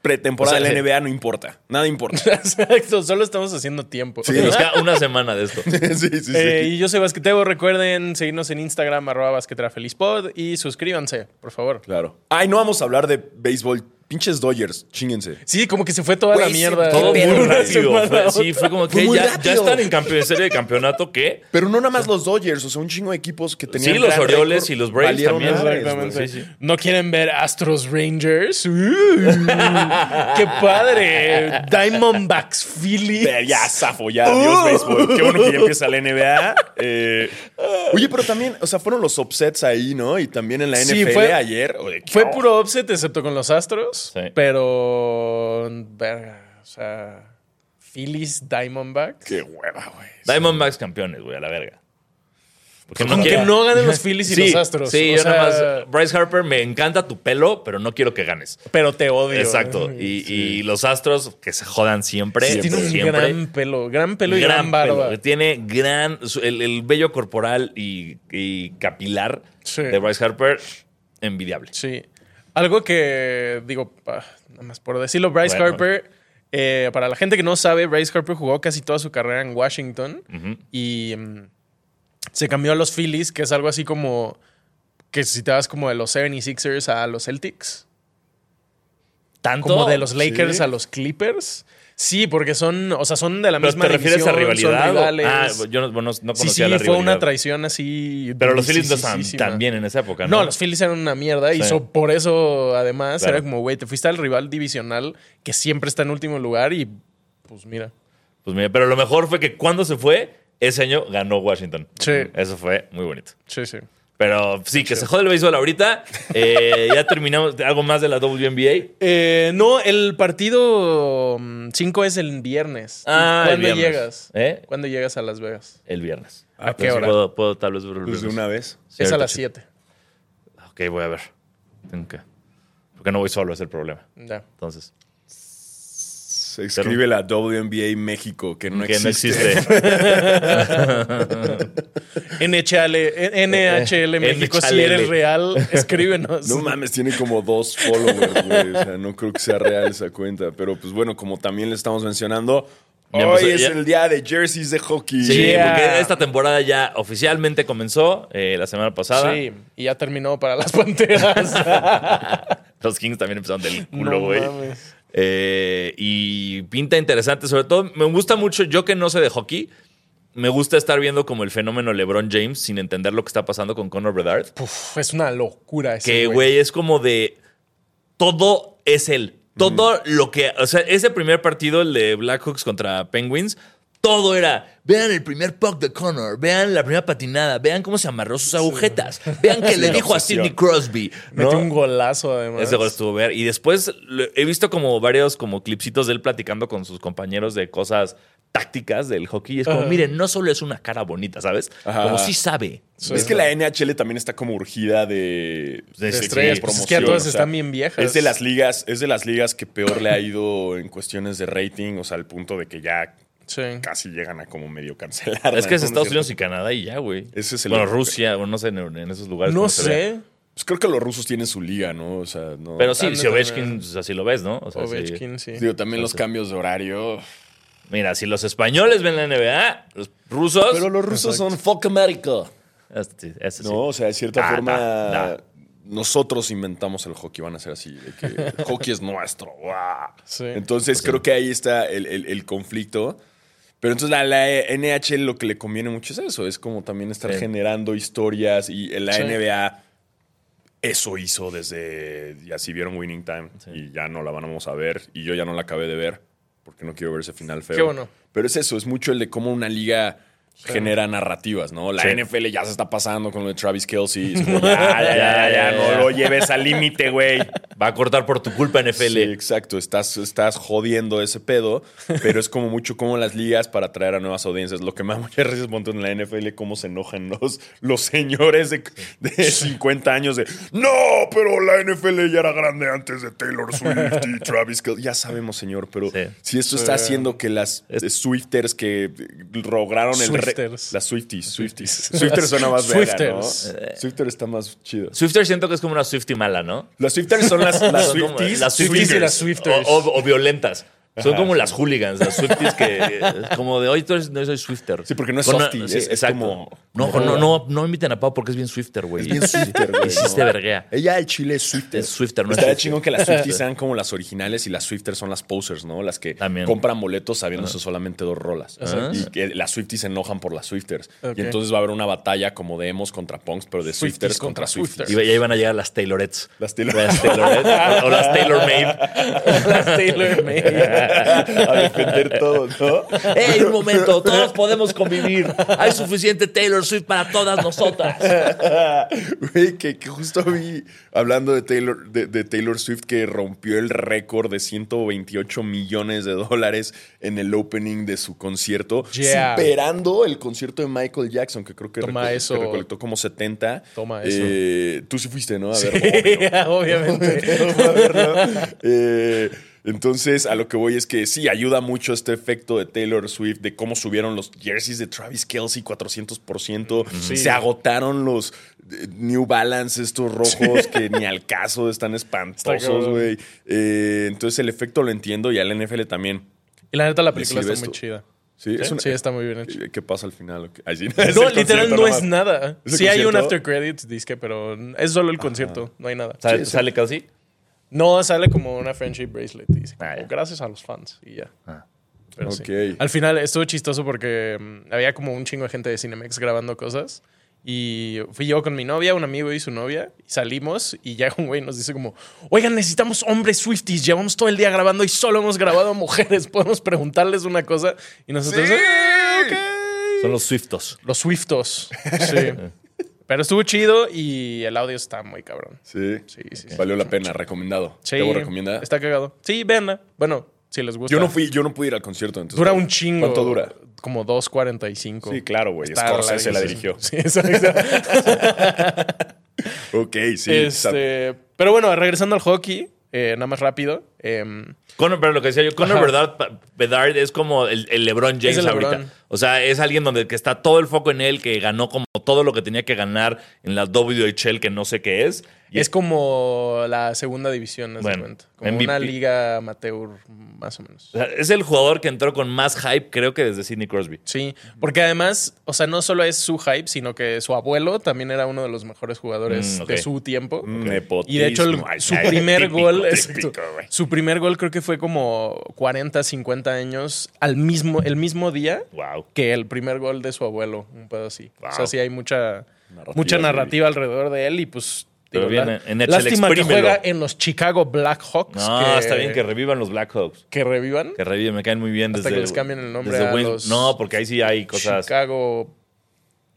Speaker 5: pretemporada
Speaker 4: O sea,
Speaker 5: de la NBA no importa, nada importa.
Speaker 6: Exacto, solo estamos haciendo tiempo.
Speaker 4: Que nos queda una semana de esto.
Speaker 5: sí, sí, sí.
Speaker 6: Eh, y yo soy Basquetebo. Recuerden seguirnos en Instagram, arroba basqueterafelispod y suscríbanse, por favor.
Speaker 5: claro. Ay, no vamos a hablar de béisbol, pinches Dodgers, chinguense.
Speaker 6: Sí, como que se fue toda
Speaker 5: Güey,
Speaker 6: la
Speaker 5: se-
Speaker 6: mierda.
Speaker 4: Todo
Speaker 5: pedo?
Speaker 4: muy
Speaker 6: Una
Speaker 4: rápido.
Speaker 6: semana
Speaker 4: Fue-
Speaker 6: a
Speaker 4: sí,
Speaker 6: otra.
Speaker 4: fue como que
Speaker 5: muy
Speaker 4: ya, ya
Speaker 5: rápido.
Speaker 4: están en, campe- en serie de campeonato que.
Speaker 5: Pero no nada más los Dodgers, o sea, un chingo de equipos que tenían
Speaker 4: Sí, los
Speaker 5: gran
Speaker 4: Orioles
Speaker 5: récord,
Speaker 4: y los Braves
Speaker 5: valieron
Speaker 4: también.
Speaker 5: madres,
Speaker 4: Exactamente.
Speaker 5: güey.
Speaker 4: Sí, sí.
Speaker 6: ¿No quieren ver Astros Rangers? ¡Uh! ¡Qué padre! Diamondbacks Phillies.
Speaker 5: Pero ya, zafo, ya, adiós, béisbol. Qué bueno que ya empieza la NBA. Eh, oye, pero también, o sea, fueron los upsets ahí, ¿no? Y también en la NFL
Speaker 6: Sí, fue-
Speaker 5: ayer. oye,
Speaker 6: Fue
Speaker 5: no.
Speaker 6: puro offset, excepto con los Astros.
Speaker 4: Sí.
Speaker 6: Pero. Verga. O sea. Phillies Diamondbacks.
Speaker 5: Qué hueva, güey.
Speaker 4: Diamondbacks campeones, güey, a la verga. Porque
Speaker 6: Como que
Speaker 4: quiero-
Speaker 6: no ganen los Phillies y los Astros.
Speaker 4: Sí,
Speaker 6: O
Speaker 4: yo nada
Speaker 6: sea,
Speaker 4: más. Bryce Harper, me encanta tu pelo, pero no quiero que ganes.
Speaker 6: Pero te odio.
Speaker 4: Exacto. Y, y los astros que se jodan siempre.
Speaker 6: Sí, tiene un
Speaker 4: siempre.
Speaker 6: gran pelo. Gran pelo y gran,
Speaker 4: pelo,
Speaker 6: barba.
Speaker 4: que Tiene gran. su- El, el vello corporal y, y capilar
Speaker 6: Sí.
Speaker 4: de Bryce Harper, envidiable.
Speaker 6: Sí. Algo que digo, ah, nada más por decirlo, Bryce
Speaker 4: Bueno.
Speaker 6: Harper, eh, para la gente que no sabe, Bryce Harper jugó casi toda su carrera en Washington y mm, se cambió a los Phillies, que es algo así como que si te vas como de los 76ers a los Celtics,
Speaker 4: Tanto.
Speaker 6: como de los Lakers a los Clippers. Sí, porque son, o sea, son de la
Speaker 4: ¿Pero
Speaker 6: misma
Speaker 4: te refieres a
Speaker 6: división, son
Speaker 4: rivalidad? o-
Speaker 6: rivales.
Speaker 4: Ah, yo no, bueno, no
Speaker 6: sí,
Speaker 4: conocía
Speaker 6: sí,
Speaker 4: la
Speaker 6: fue una
Speaker 4: rivalidad.
Speaker 6: traición así.
Speaker 4: Pero los Phillies no estaban
Speaker 6: durisísima.
Speaker 4: tan bien en esa época, ¿no?
Speaker 6: No, los Phillies eran una mierda y
Speaker 4: Sí.
Speaker 6: so- por eso, además,
Speaker 4: Claro.
Speaker 6: era como, güey, te fuiste al rival divisional que siempre está en último lugar y pues mira.
Speaker 4: Pues mira, pero lo mejor fue que cuando se fue, ese año ganó Washington.
Speaker 6: Sí.
Speaker 4: Eso fue muy bonito.
Speaker 6: Sí, sí.
Speaker 4: Pero sí, que se jode el béisbol ahorita. Eh, ya terminamos. ¿Algo más de la WNBA?
Speaker 6: Eh, no, el partido 5 es el viernes.
Speaker 4: Ah, el
Speaker 6: ¿Cuándo
Speaker 4: viernes.
Speaker 6: llegas?
Speaker 4: ¿Eh?
Speaker 6: ¿Cuándo llegas a Las Vegas?
Speaker 4: El viernes.
Speaker 6: ¿A
Speaker 4: Ah,
Speaker 6: qué
Speaker 4: pues
Speaker 6: hora?
Speaker 4: Puedo, puedo tal vez verlo el
Speaker 5: Pues de
Speaker 4: viernes.
Speaker 5: una vez.
Speaker 4: Sí,
Speaker 6: es a
Speaker 4: ahorita
Speaker 6: las
Speaker 4: sí.
Speaker 6: 7.
Speaker 4: Ok, voy a ver. Tengo que. Porque no voy solo, es el problema.
Speaker 6: Ya.
Speaker 4: Entonces,
Speaker 5: Se escribe la WNBA México, que no
Speaker 4: que
Speaker 5: existe.
Speaker 4: no existe.
Speaker 6: NHL, eh, NHL México, si
Speaker 4: NHL.
Speaker 6: eres real, escríbenos.
Speaker 5: No mames, tiene como dos followers, güey. O sea, no creo que sea real esa cuenta. Pero pues bueno, como también le estamos mencionando,
Speaker 4: Ya
Speaker 5: hoy
Speaker 4: empezó-
Speaker 5: es
Speaker 4: ya-
Speaker 5: el día de jerseys de hockey.
Speaker 4: Sí,
Speaker 6: Yeah.
Speaker 4: porque esta temporada ya oficialmente comenzó eh, la semana pasada.
Speaker 6: Sí, y ya terminó para las panteras.
Speaker 4: Los Kings también empezaron del culo,
Speaker 6: No
Speaker 4: güey.
Speaker 6: mames.
Speaker 4: Eh, y pinta interesante, sobre todo me gusta mucho, yo que no sé de hockey, me gusta estar viendo como el fenómeno LeBron James sin entender lo que está pasando con Conor Bedard.
Speaker 6: Puf, es una locura ese.
Speaker 4: que, güey, es como de todo es él. Todo lo que, o sea, ese primer partido, el de Blackhawks contra Penguins, todo era, vean el primer puck de Connor, vean la primera patinada, vean cómo se amarró sus agujetas, vean que le dijo a
Speaker 5: obsesión.
Speaker 4: Sidney Crosby. ¿no?
Speaker 6: Metió un golazo, además.
Speaker 4: Ese gol estuvo ver. Y después lo- he visto como varios como clipsitos de él platicando con sus compañeros de cosas tácticas del hockey. Y es como, miren, no solo es una cara bonita, ¿sabes?
Speaker 5: Ajá.
Speaker 4: Como sí sabe.
Speaker 5: Es que la NHL también está como urgida de,
Speaker 4: De
Speaker 5: de
Speaker 4: estrellas,
Speaker 5: como
Speaker 4: pues
Speaker 6: es que ya
Speaker 5: promoción,
Speaker 6: todas están bien viejas.
Speaker 5: Es de las ligas, es de las ligas que peor le ha ido en cuestiones de rating, o sea, al punto de que ya
Speaker 6: Sí.
Speaker 5: casi llegan a como medio cancelar.
Speaker 4: Es que es
Speaker 5: ¿no?
Speaker 4: Estados
Speaker 5: ¿No
Speaker 4: Unidos y Canadá y ya, güey.
Speaker 5: Ese es el-
Speaker 4: bueno, Rusia, bueno, no sé, en, en esos lugares.
Speaker 6: No
Speaker 4: cómo se vea.
Speaker 6: sé.
Speaker 5: Pues creo que los rusos tienen su liga, ¿no? O sea, no.
Speaker 4: Pero sí,
Speaker 6: También
Speaker 4: si Ovechkin,
Speaker 6: también.
Speaker 4: pues, así lo ves, ¿no? O sea, sí.
Speaker 6: Ovechkin, sí.
Speaker 5: Digo, también los cambios de horario.
Speaker 4: Mira, si los españoles ven la NBA, los rusos.
Speaker 5: Pero los rusos son fuck America.
Speaker 4: Este sí, este sí.
Speaker 5: No, o sea, de cierta
Speaker 4: Da,
Speaker 5: forma,
Speaker 4: da, da.
Speaker 5: nosotros inventamos el hockey, van a ser así, de que el hockey es nuestro. ¡guau!
Speaker 6: Sí.
Speaker 5: Entonces, creo que ahí está el, el- el conflicto. Pero entonces a la NHL lo que le conviene mucho es eso, es como también estar
Speaker 4: Sí.
Speaker 5: generando historias y en la
Speaker 6: Sí.
Speaker 5: NBA eso hizo desde, ya si vieron Winning Time y ya no la vamos a ver y yo ya no la acabé de ver porque no quiero ver ese final feo.
Speaker 6: Qué bueno.
Speaker 5: Pero es eso, es mucho el de cómo una liga genera narrativas, ¿no? La NFL ya se está pasando con lo de Travis Kelsey. Es como,
Speaker 4: Ah,
Speaker 5: ya, ya, ya, ya, no lo lleves al límite, güey.
Speaker 4: Va a cortar por tu culpa,
Speaker 5: Sí,
Speaker 4: NFL.
Speaker 5: exacto, estás, estás jodiendo ese pedo, pero es como mucho como las ligas para atraer a nuevas audiencias. Lo que más muchas veces monto en la NFL, cómo se enojan los, los señores de, de 50 años de, no, pero la NFL ya era grande antes de Taylor Swift y Travis Kelsey. Ya sabemos, señor, pero
Speaker 4: Sí.
Speaker 5: si esto está haciendo que las eh, Swifters que lograron el... re-
Speaker 6: Swifters.
Speaker 5: Las Swifties, Swifties. Swifters suena más verga, ¿no?
Speaker 4: Eh.
Speaker 6: Swifters.
Speaker 5: Swifter está más chido.
Speaker 4: Swifter siento que es como una Swifty mala, ¿no?
Speaker 5: Las Swifters son las, las
Speaker 4: Son como
Speaker 5: Swifties.
Speaker 4: Las
Speaker 6: Swifties y
Speaker 4: Swifties
Speaker 6: las Swifters.
Speaker 4: O, o- o violentas. Son como las hooligans, las Swifties que. es Como de hoy no soy Swifter.
Speaker 5: Sí, porque no es
Speaker 4: Con-
Speaker 5: softie, es- es
Speaker 4: exacto.
Speaker 5: como-
Speaker 4: No, no, no, no inviten a Pau porque es bien Swifter, güey.
Speaker 5: Es bien Swifter, güey.
Speaker 4: Y sí
Speaker 5: ¿no?
Speaker 4: se verguea.
Speaker 5: Ella el chile es Swifter.
Speaker 4: Es Swifter, no es
Speaker 5: Estaría
Speaker 4: Swiftie.
Speaker 5: chingón que las Swifties sean como las originales y las Swifters son las posers, ¿no? Las que
Speaker 4: También.
Speaker 5: compran boletos sabiéndose solamente dos rolas. Y que las Swifties se enojan por las Swifters.
Speaker 6: Ok.
Speaker 5: Y entonces va a haber una batalla como de emos contra punks, pero de
Speaker 6: Swifties
Speaker 5: Swifters contra,
Speaker 6: contra
Speaker 5: Swifties.
Speaker 4: Y ya iban a llegar las Taylorettes.
Speaker 5: Las Taylor-
Speaker 4: Taylorettes. o las Taylor Made.
Speaker 6: Las Taylor May.
Speaker 5: a defender todo, ¿no?
Speaker 4: ¡Ey, un momento! Todos podemos convivir. Hay suficiente Taylor Swift para todas nosotras.
Speaker 5: Güey, que, que justo vi, hablando de Taylor, de, de Taylor Swift, que rompió el récord de 128 millones de dólares en el opening de su concierto,
Speaker 6: Yeah.
Speaker 5: superando el concierto de Michael Jackson, que creo que,
Speaker 6: Toma
Speaker 5: reco-
Speaker 6: eso.
Speaker 5: que recolectó como 70.
Speaker 6: Toma
Speaker 5: Eh, Tú sí fuiste, ¿no? A ver, obvio.
Speaker 6: Obviamente.
Speaker 5: Eh, entonces, a lo que voy es que sí, ayuda mucho este efecto de Taylor Swift, de cómo subieron los jerseys de Travis Kelsey 400%. Se agotaron los eh, New Balance, estos rojos que ni al caso están
Speaker 6: Está
Speaker 5: espantosos,
Speaker 6: cabrón.
Speaker 5: güey. Eh, entonces, el efecto lo entiendo y al NFL también.
Speaker 6: Y la neta, la película
Speaker 5: sirve
Speaker 6: está
Speaker 5: esto.
Speaker 6: muy chida.
Speaker 5: Sí, es una- Eh,
Speaker 6: Sí, está muy bien hecha.
Speaker 5: ¿Qué pasa al final? Ay, sí, es
Speaker 6: No,
Speaker 5: el
Speaker 6: literal
Speaker 5: concierto
Speaker 6: no
Speaker 5: nomás.
Speaker 6: es nada.
Speaker 5: ¿Es el
Speaker 6: Sí hay un
Speaker 5: concierto?
Speaker 6: after credits disque, pero es solo el concierto, no hay nada.
Speaker 4: ¿Sale, sale Kelsey?
Speaker 6: No, sale como una friendship bracelet. y dice,
Speaker 4: Ah, ya. Ah.
Speaker 6: como, gracias a los fans y ya. Pero sí.
Speaker 5: Ok.
Speaker 6: Al final estuvo chistoso porque mm, había como un chingo de gente de Cinemex grabando cosas Y fui yo con mi novia, un amigo y su novia. y salimos y ya un güey nos dice como, oigan, necesitamos hombres Swifties. Llevamos todo el día grabando y solo hemos grabado a mujeres. Podemos preguntarles una cosa. Y nosotros... "Ah, ok".
Speaker 4: Son los Swiftos.
Speaker 6: Los Swiftos. Sí. Pero estuvo chido y el audio está muy cabrón.
Speaker 5: Sí.
Speaker 6: Sí, sí, sí.
Speaker 5: Valió la pena, recomendado.
Speaker 6: Sí,
Speaker 5: Tebo recomienda.
Speaker 6: Está cagado. Sí, véanla. Bueno, si les gusta.
Speaker 5: Yo no fui, yo no pude ir al concierto entonces.
Speaker 6: Dura un chingo.
Speaker 5: ¿Cuánto dura?
Speaker 6: Como 2.45.
Speaker 5: Sí, claro, güey.
Speaker 6: Está
Speaker 5: Scorsese la
Speaker 6: larguísimo.
Speaker 5: dirigió.
Speaker 6: Sí, exacto.
Speaker 5: Ok, sí.
Speaker 6: Este, pero bueno, regresando al hockey, eh, nada más rápido. em,
Speaker 4: Conor, pero lo que decía yo, Conor
Speaker 6: Ajá.
Speaker 4: Bedard, pa- Bedard es como el, el LeBron James
Speaker 6: Es el
Speaker 4: ahorita.
Speaker 6: LeBron.
Speaker 4: O sea, es alguien donde que está todo el foco en él, que ganó como todo lo que tenía que ganar en la WHL, que no sé qué es. Y
Speaker 6: es como la segunda división, haz de
Speaker 4: Bueno,
Speaker 6: cuenta. Como
Speaker 4: MVP.
Speaker 6: una liga amateur, más o menos.
Speaker 4: o sea, es el jugador que entró con más hype, creo que desde Sidney Crosby.
Speaker 6: Sí, porque además, o sea, no solo es su hype, sino que su abuelo también era uno de los mejores jugadores
Speaker 4: Mm, ok.
Speaker 6: de su tiempo.
Speaker 5: Nepotismo.
Speaker 6: Y de hecho, el-
Speaker 5: Ay,
Speaker 6: su
Speaker 5: ay,
Speaker 6: primer
Speaker 5: típico,
Speaker 6: gol.
Speaker 5: típico,
Speaker 6: exacto.
Speaker 5: güey.
Speaker 6: su primer gol creo que fue como 40, 50 años al mismo, el mismo día
Speaker 4: Wow.
Speaker 6: que el primer gol de su abuelo. Un pedo así.
Speaker 4: Wow.
Speaker 6: O sea, sí hay mucha
Speaker 5: Narrativa,
Speaker 6: mucha
Speaker 5: güey.
Speaker 6: narrativa alrededor de él y pues.
Speaker 4: Pero bien,
Speaker 6: la-
Speaker 4: en NHL,
Speaker 6: lástima que
Speaker 4: exprímelo.
Speaker 6: juega en los Chicago Blackhawks.
Speaker 4: No,
Speaker 6: que,
Speaker 4: está bien que revivan los Blackhawks.
Speaker 6: que revivan.
Speaker 4: Que reviven, me caen muy bien
Speaker 6: Hasta
Speaker 4: desde.
Speaker 6: que les cambien el nombre
Speaker 4: desde
Speaker 6: a
Speaker 4: Wayne-
Speaker 6: los
Speaker 4: No, porque ahí sí hay cosas.
Speaker 6: Chicago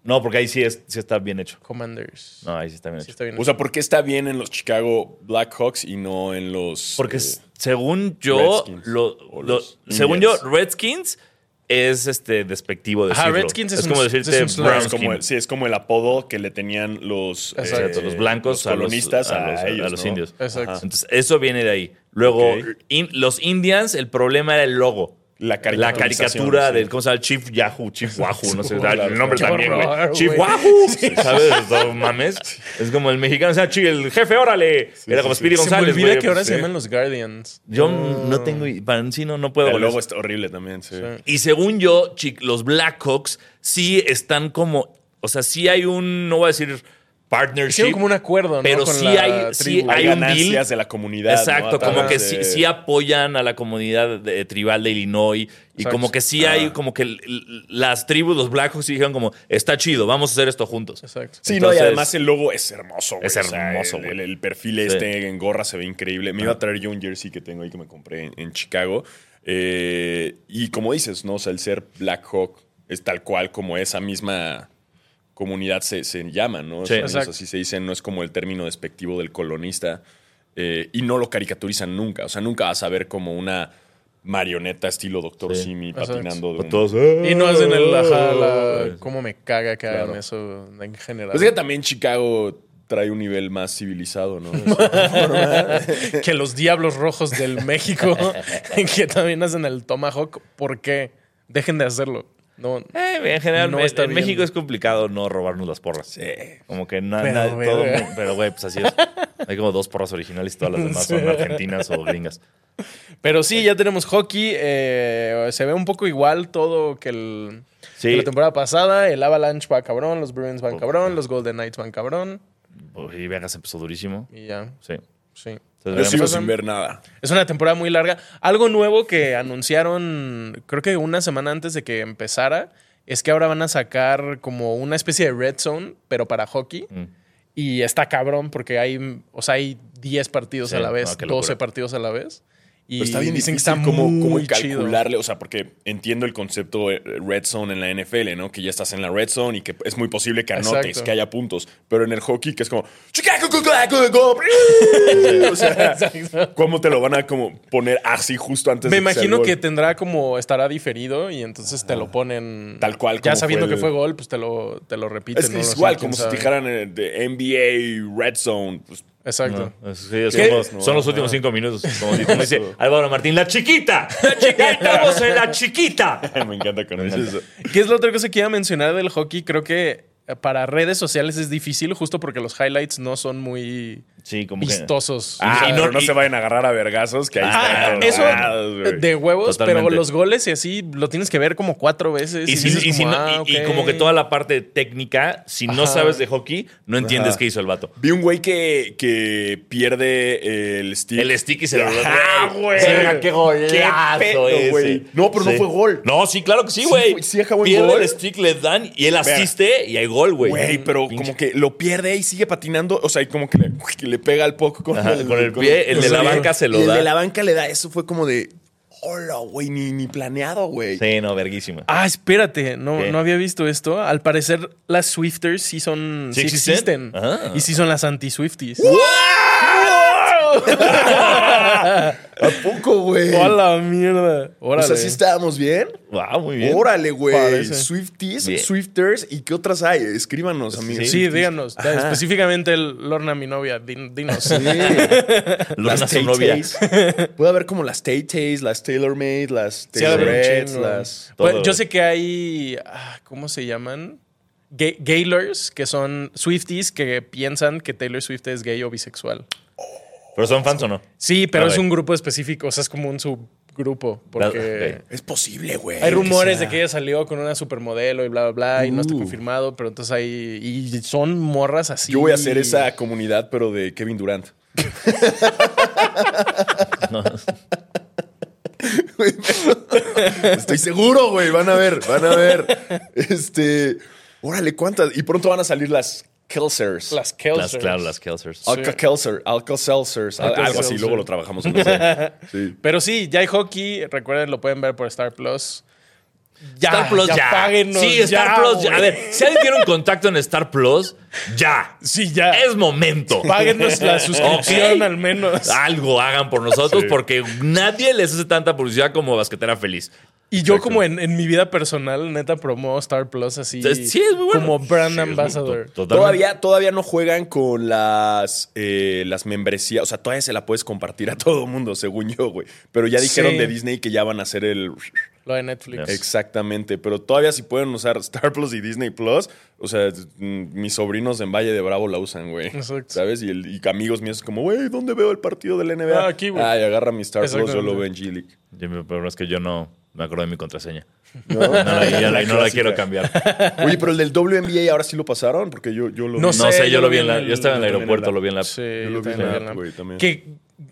Speaker 4: No, porque ahí sí, es- sí está bien hecho.
Speaker 6: Commanders.
Speaker 4: No, ahí sí está bien
Speaker 6: Sí
Speaker 4: hecho.
Speaker 6: está bien.
Speaker 5: O sea, ¿por qué está bien en los Chicago Blackhawks y no en los.
Speaker 4: Porque
Speaker 5: eh,
Speaker 4: s- según yo,
Speaker 5: Redskins
Speaker 4: lo-
Speaker 5: o
Speaker 4: lo-
Speaker 5: los
Speaker 4: según yo,
Speaker 5: Indians.
Speaker 4: Redskins es este despectivo de
Speaker 6: Ajá, Redskins es un-
Speaker 4: como
Speaker 6: es
Speaker 4: decirte
Speaker 6: un slang.
Speaker 4: brown
Speaker 5: es como
Speaker 4: skin.
Speaker 5: el, sí, es como el apodo que le tenían los.
Speaker 6: Exacto,
Speaker 5: eh,
Speaker 4: los blancos
Speaker 5: los
Speaker 4: a los-
Speaker 5: colonistas
Speaker 4: a los- a
Speaker 5: ellos,
Speaker 4: los
Speaker 5: ¿no?
Speaker 4: indios.
Speaker 6: Exacto.
Speaker 5: Ajá.
Speaker 4: Entonces, eso viene de ahí. Luego,
Speaker 5: Ok.
Speaker 4: in- los Indians, el problema era el logo.
Speaker 5: La
Speaker 4: La
Speaker 5: caricaturización,
Speaker 4: caricatura
Speaker 5: sí.
Speaker 4: del, ¿cómo se llama? Chief Yahoo, Chief Wahoo, no sé,
Speaker 5: Claro.
Speaker 4: el nombre
Speaker 6: Qué
Speaker 4: también, güey.
Speaker 6: horror,
Speaker 4: Chief
Speaker 6: güey.
Speaker 4: Wahoo, ¿sabes? No mames. Es como el mexicano, o sea, chi- el jefe, órale. Era como Speedy
Speaker 6: Se me
Speaker 4: González,
Speaker 6: olvida
Speaker 4: güey.
Speaker 6: que ahora
Speaker 4: Pues,
Speaker 6: se
Speaker 4: sí.
Speaker 6: llaman los Guardians.
Speaker 4: Yo no tengo, i- para sí no, no puedo.
Speaker 5: El
Speaker 4: con
Speaker 5: logo
Speaker 4: eso.
Speaker 5: está horrible también, sí.
Speaker 4: Y según yo, chi- los Blackhawks sí están como. O sea, sí hay un. No voy a decir partnership.
Speaker 6: Hicieron como un acuerdo, ¿no?
Speaker 4: Pero
Speaker 6: Con
Speaker 4: sí
Speaker 6: la
Speaker 4: hay- sí
Speaker 6: tribu.
Speaker 4: hay-
Speaker 5: Hay
Speaker 4: un
Speaker 5: ganancias
Speaker 4: deal.
Speaker 5: de la comunidad. ¿no?
Speaker 4: Exacto,
Speaker 5: A
Speaker 4: como
Speaker 5: través
Speaker 4: que
Speaker 5: de-
Speaker 4: sí, sí apoyan a la comunidad de- eh, tribal de Illinois. Y
Speaker 6: Exacto.
Speaker 4: como que sí
Speaker 5: Ah.
Speaker 4: hay. Como que l- l- las tribus, los Blackhawks, sí dijeron como: está chido, vamos a hacer esto juntos.
Speaker 6: Exacto.
Speaker 5: Sí,
Speaker 4: Entonces-
Speaker 5: no, y además el logo es hermoso, güey.
Speaker 4: Es hermoso,
Speaker 5: el-
Speaker 4: güey.
Speaker 5: El, el perfil este en gorra se ve increíble. Me iba a traer yo un jersey que tengo ahí que me compré en, en Chicago. Eh, y como dices, ¿no? O sea, el ser Black Hawk es tal cual como esa misma comunidad se, se llama, ¿no? O
Speaker 4: Sí.
Speaker 5: sea, ellos
Speaker 6: Exacto.
Speaker 5: así se dice, no es como el término despectivo del colonista. eh, y no lo caricaturizan nunca. O sea, nunca vas a ver como una marioneta estilo Doctor Simi
Speaker 6: Exacto.
Speaker 5: patinando
Speaker 4: Pues
Speaker 5: de un-
Speaker 4: ¿eh?
Speaker 6: Y no hacen el ajá, la- cómo me caga que hagan eso en general.
Speaker 5: Pues es que también Chicago trae un nivel más civilizado, ¿no? O sea,
Speaker 6: que los diablos rojos del México que también hacen el tomahawk, ¿por qué? Dejen de hacerlo. No.
Speaker 4: Eh, en general,
Speaker 6: No
Speaker 4: en-
Speaker 6: está
Speaker 4: en
Speaker 6: bien.
Speaker 4: México es complicado no robarnos las porras. Sí. Como que nada,
Speaker 6: Pero, güey,
Speaker 4: todo.
Speaker 6: güey.
Speaker 4: mu- Pero, güey, pues así es. Hay como dos porras originales y todas las demás son argentinas o gringas.
Speaker 6: Pero sí, ya tenemos hockey. eh, se ve un poco igual todo que, el,
Speaker 4: Sí.
Speaker 6: que la temporada pasada. El Avalanche va cabrón, los Bruins van cabrón, los Golden Knights van cabrón.
Speaker 4: Uy, Pues, Y Vegas empezó durísimo.
Speaker 6: Y ya,
Speaker 4: Sí.
Speaker 6: sí.
Speaker 5: Yo
Speaker 4: Entonces,
Speaker 5: sigo
Speaker 4: veremos.
Speaker 5: sin ver nada.
Speaker 6: Es una temporada muy larga. Algo nuevo que anunciaron, creo que una semana antes de que empezara, es que ahora van a sacar como una especie de red zone, pero para hockey.
Speaker 4: Mm.
Speaker 6: Y está cabrón porque hay, o sea, hay 10 partidos
Speaker 4: Sí,
Speaker 6: a la vez,
Speaker 4: no, qué locura.
Speaker 6: 12 partidos a la vez. Y
Speaker 5: Pero está bien
Speaker 6: dicen que
Speaker 5: difícil
Speaker 6: está
Speaker 5: cómo-
Speaker 6: muy
Speaker 5: cómo
Speaker 6: chido.
Speaker 5: calcularle, o sea, porque entiendo el concepto eh, red zone en la NFL, ¿no? Que ya estás en la red zone y que es muy posible que anotes,
Speaker 6: Exacto.
Speaker 5: que haya puntos, pero en el hockey que es como Chicago go, go, go, go". o sea, cómo te lo van a como poner así justo antes
Speaker 6: Me
Speaker 5: de que sea el
Speaker 6: imagino
Speaker 5: gol?
Speaker 6: que tendrá como, estará diferido y entonces te lo ponen.
Speaker 5: Ah. Tal cual
Speaker 6: Ya
Speaker 5: como
Speaker 6: sabiendo
Speaker 5: fue
Speaker 6: que
Speaker 5: el-
Speaker 6: fue gol, pues te lo, te lo repiten.
Speaker 5: es,
Speaker 6: ¿no?
Speaker 5: es
Speaker 6: No sé,
Speaker 5: igual
Speaker 6: quién
Speaker 5: como si
Speaker 6: sabe.
Speaker 5: te dijeran eh, de NBA red zone, pues,
Speaker 6: Exacto.
Speaker 4: Es- sí, es
Speaker 6: ¿Qué?
Speaker 4: como- son los últimos cinco minutos. Como dice, como dice Álvaro Martín, la chiquita. La chiquita, estamos en la chiquita.
Speaker 5: me encanta con eso.
Speaker 6: ¿Qué es la otra cosa que iba a mencionar del hockey? Creo que eh, para redes sociales es difícil justo porque los highlights no son muy
Speaker 4: Sí, como que-
Speaker 6: vistosos.
Speaker 5: Ah,
Speaker 4: Y no-
Speaker 5: no, no
Speaker 4: y-
Speaker 5: se vayan a agarrar a vergazos, que ahí
Speaker 4: Ah,
Speaker 5: están
Speaker 6: Eso
Speaker 5: colgados, güey.
Speaker 6: de huevos, pero
Speaker 4: Totalmente.
Speaker 6: los goles y así lo tienes que ver como cuatro veces.
Speaker 4: Y, si-
Speaker 6: dices
Speaker 4: y si
Speaker 6: como,
Speaker 4: no-
Speaker 6: ah,
Speaker 4: y- y
Speaker 6: ok.
Speaker 4: como que toda la parte técnica, si no
Speaker 6: Ajá.
Speaker 4: sabes de hockey, no entiendes
Speaker 5: Ajá.
Speaker 4: qué hizo el vato.
Speaker 5: Vi un güey que, que pierde el stick.
Speaker 4: El stick y se lo
Speaker 5: Ajá, güey.
Speaker 4: Verga, ¡Qué golazo
Speaker 5: pedo,
Speaker 4: ese.
Speaker 5: güey. No, pero no fue gol.
Speaker 4: No, sí, claro que sí,
Speaker 5: Sí
Speaker 4: güey.
Speaker 5: fue- sí acabó en
Speaker 4: Pierde
Speaker 5: gol.
Speaker 4: el stick, le dan y él
Speaker 5: Espera.
Speaker 4: asiste y hay gol, güey.
Speaker 5: Güey, pero
Speaker 4: Pinche-
Speaker 5: como que lo pierde y sigue patinando. O sea, y como que le, que le pega al poco con,
Speaker 4: Ajá, con el pie, el de la banca se lo
Speaker 5: y
Speaker 4: da.
Speaker 5: El de la banca le da. Eso fue como de. Hola, güey, ni, ni planeado, güey.
Speaker 4: Sí, no, verguísima.
Speaker 6: Ah, espérate, no,
Speaker 4: ¿Qué?
Speaker 6: no había visto esto. Al parecer, las Swifters sí son.
Speaker 4: ¿Sí
Speaker 6: Sí,
Speaker 4: existen?
Speaker 6: existen.
Speaker 4: Ah.
Speaker 6: Y sí son las anti-Swifties.
Speaker 5: ¿A poco, güey?
Speaker 6: ¡Hola, mierda!
Speaker 5: O
Speaker 6: Órale.
Speaker 5: sea, sí estábamos bien.
Speaker 4: Wow, muy bien.
Speaker 5: Órale, güey.
Speaker 6: Parece.
Speaker 5: Swifties,
Speaker 4: Bien.
Speaker 5: Swifters y qué otras hay. Escríbanos, amigos.
Speaker 6: Sí, díganos.
Speaker 5: Ajá.
Speaker 6: Específicamente el Lorna, mi novia. din- dinos.
Speaker 4: Lorna,
Speaker 5: las
Speaker 4: su novia.
Speaker 5: Tay-Tays. Puede haber como las Tay-Tays, las Taylor-Made, las
Speaker 6: Sí, ha de haber un
Speaker 5: Taylor-Reds,
Speaker 6: chingo.
Speaker 5: las...
Speaker 4: todo,
Speaker 6: Pues, yo
Speaker 4: güey.
Speaker 6: sé que hay. ah, ¿Cómo se llaman? Ga- Gaylors, que son Swifties que piensan que Taylor Swift es gay o bisexual.
Speaker 4: ¿Pero son fans o no?
Speaker 6: Sí,
Speaker 4: A
Speaker 6: pero es
Speaker 4: ver.
Speaker 6: un grupo específico, o sea, es como un subgrupo. Porque
Speaker 4: ok.
Speaker 5: Es posible, güey.
Speaker 6: hay rumores
Speaker 5: sea.
Speaker 6: de que ella salió con una supermodelo y bla, bla, bla, y no está
Speaker 5: Uh.
Speaker 6: confirmado, pero entonces hay. Y son morras así.
Speaker 5: Yo voy a hacer esa comunidad, pero de Kevin Durant. Estoy seguro, güey. Van a ver, van a ver. Este. Órale, ¿cuántas? Y pronto van a salir las Kelsers.
Speaker 6: Las
Speaker 4: Las,
Speaker 6: Kelsers.
Speaker 4: claro, las Kelsers.
Speaker 5: Alka Kelser, Alka Seltzers, al- algo así.
Speaker 6: Alka-Seltzer.
Speaker 5: Luego lo trabajamos en ese. Sí.
Speaker 6: Pero sí, ya hay hockey. Recuerden, lo pueden ver por Star Plus. Ya,
Speaker 4: Star Plus ya.
Speaker 6: páguenos,
Speaker 4: sí, Star
Speaker 6: ya,
Speaker 4: Plus ya. A
Speaker 6: güey.
Speaker 4: ver, si alguien tiene un contacto en Star Plus, ya.
Speaker 6: Sí, ya.
Speaker 4: Es momento.
Speaker 6: Páguenos la suscripción
Speaker 4: Ok.
Speaker 6: al menos.
Speaker 4: Algo hagan por nosotros porque nadie les hace tanta publicidad como Basquetera Feliz.
Speaker 6: Y yo como en, en mi vida personal, neta, promuevo Star Plus así.
Speaker 4: Sí, es muy bueno.
Speaker 6: Como brand
Speaker 4: Sí, es muy-
Speaker 6: ambassador.
Speaker 4: to- totalmente.
Speaker 5: Todavía, todavía no juegan con las, eh, las membresías. O sea, todavía se la puedes compartir a todo mundo, según yo, güey. Pero ya dijeron
Speaker 6: Sí.
Speaker 5: de Disney que ya van a hacer el.
Speaker 6: Lo de Netflix.
Speaker 5: Exactamente, pero todavía si pueden usar Star Plus y Disney Plus, o sea, mm, mis sobrinos en Valle de Bravo la usan, güey.
Speaker 6: Exacto.
Speaker 5: ¿Sabes? Y, el- y amigos míos como, güey, ¿dónde veo el partido del NBA?
Speaker 6: Ah, aquí, güey.
Speaker 5: Ay, agarra mi Star Plus, yo lo
Speaker 6: Exactamente.
Speaker 5: veo en G-League.
Speaker 4: Yo, mi problema es que yo no me acuerdo de mi contraseña.
Speaker 5: No,
Speaker 4: No la, ya la- y no la
Speaker 5: clásica.
Speaker 4: quiero cambiar.
Speaker 5: Oye, pero el del WNBA ahora sí lo pasaron, porque yo, yo lo
Speaker 6: No
Speaker 5: vi.
Speaker 4: No sé, yo lo vi en la. Yo estaba en el
Speaker 5: yo lo vi en el
Speaker 4: aeropuerto,
Speaker 5: app.
Speaker 4: lo vi en la.
Speaker 6: Sí,
Speaker 5: Yo
Speaker 6: yo
Speaker 5: lo vi
Speaker 6: también
Speaker 5: en la app,
Speaker 6: lo vi en la
Speaker 5: güey,
Speaker 6: app.
Speaker 5: también.
Speaker 6: Que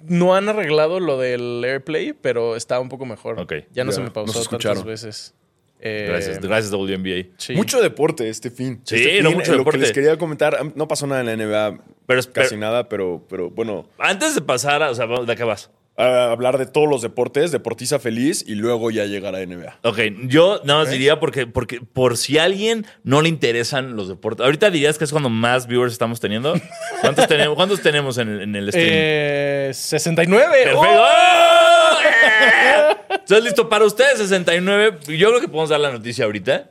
Speaker 6: no han arreglado lo del AirPlay, pero está un poco mejor.
Speaker 4: Ok.
Speaker 6: Ya no
Speaker 5: Ya,
Speaker 6: se me
Speaker 5: nos
Speaker 6: pausó tantas
Speaker 5: escucharon.
Speaker 6: veces. Eh,
Speaker 4: Gracias, gracias WNBA.
Speaker 6: sí.
Speaker 5: Mucho deporte este fin.
Speaker 4: Sí,
Speaker 5: Este
Speaker 4: no,
Speaker 5: fin,
Speaker 4: mucho
Speaker 5: eh, lo
Speaker 4: deporte.
Speaker 5: que les quería comentar, ah, no pasó nada en la NBA,
Speaker 4: Pero es-
Speaker 5: casi
Speaker 4: pero-
Speaker 5: nada, pero, pero bueno,
Speaker 4: Antes de pasar, a- o sea, vamos, ¿de qué vas?
Speaker 5: a hablar de todos los deportes, deportiza feliz y luego ya llegar a NBA.
Speaker 4: Ok, yo nada más diría porque, porque por si a alguien no le interesan los deportes. Ahorita dirías que es cuando más viewers estamos teniendo. ¿Cuántos tenemos, cuántos tenemos en, el- en el stream?
Speaker 6: Eh, 69.
Speaker 4: Perfecto.
Speaker 6: ¡Oh!
Speaker 4: ¡Oh! Entonces, listo, para ustedes 69. Yo creo que podemos dar la noticia ahorita.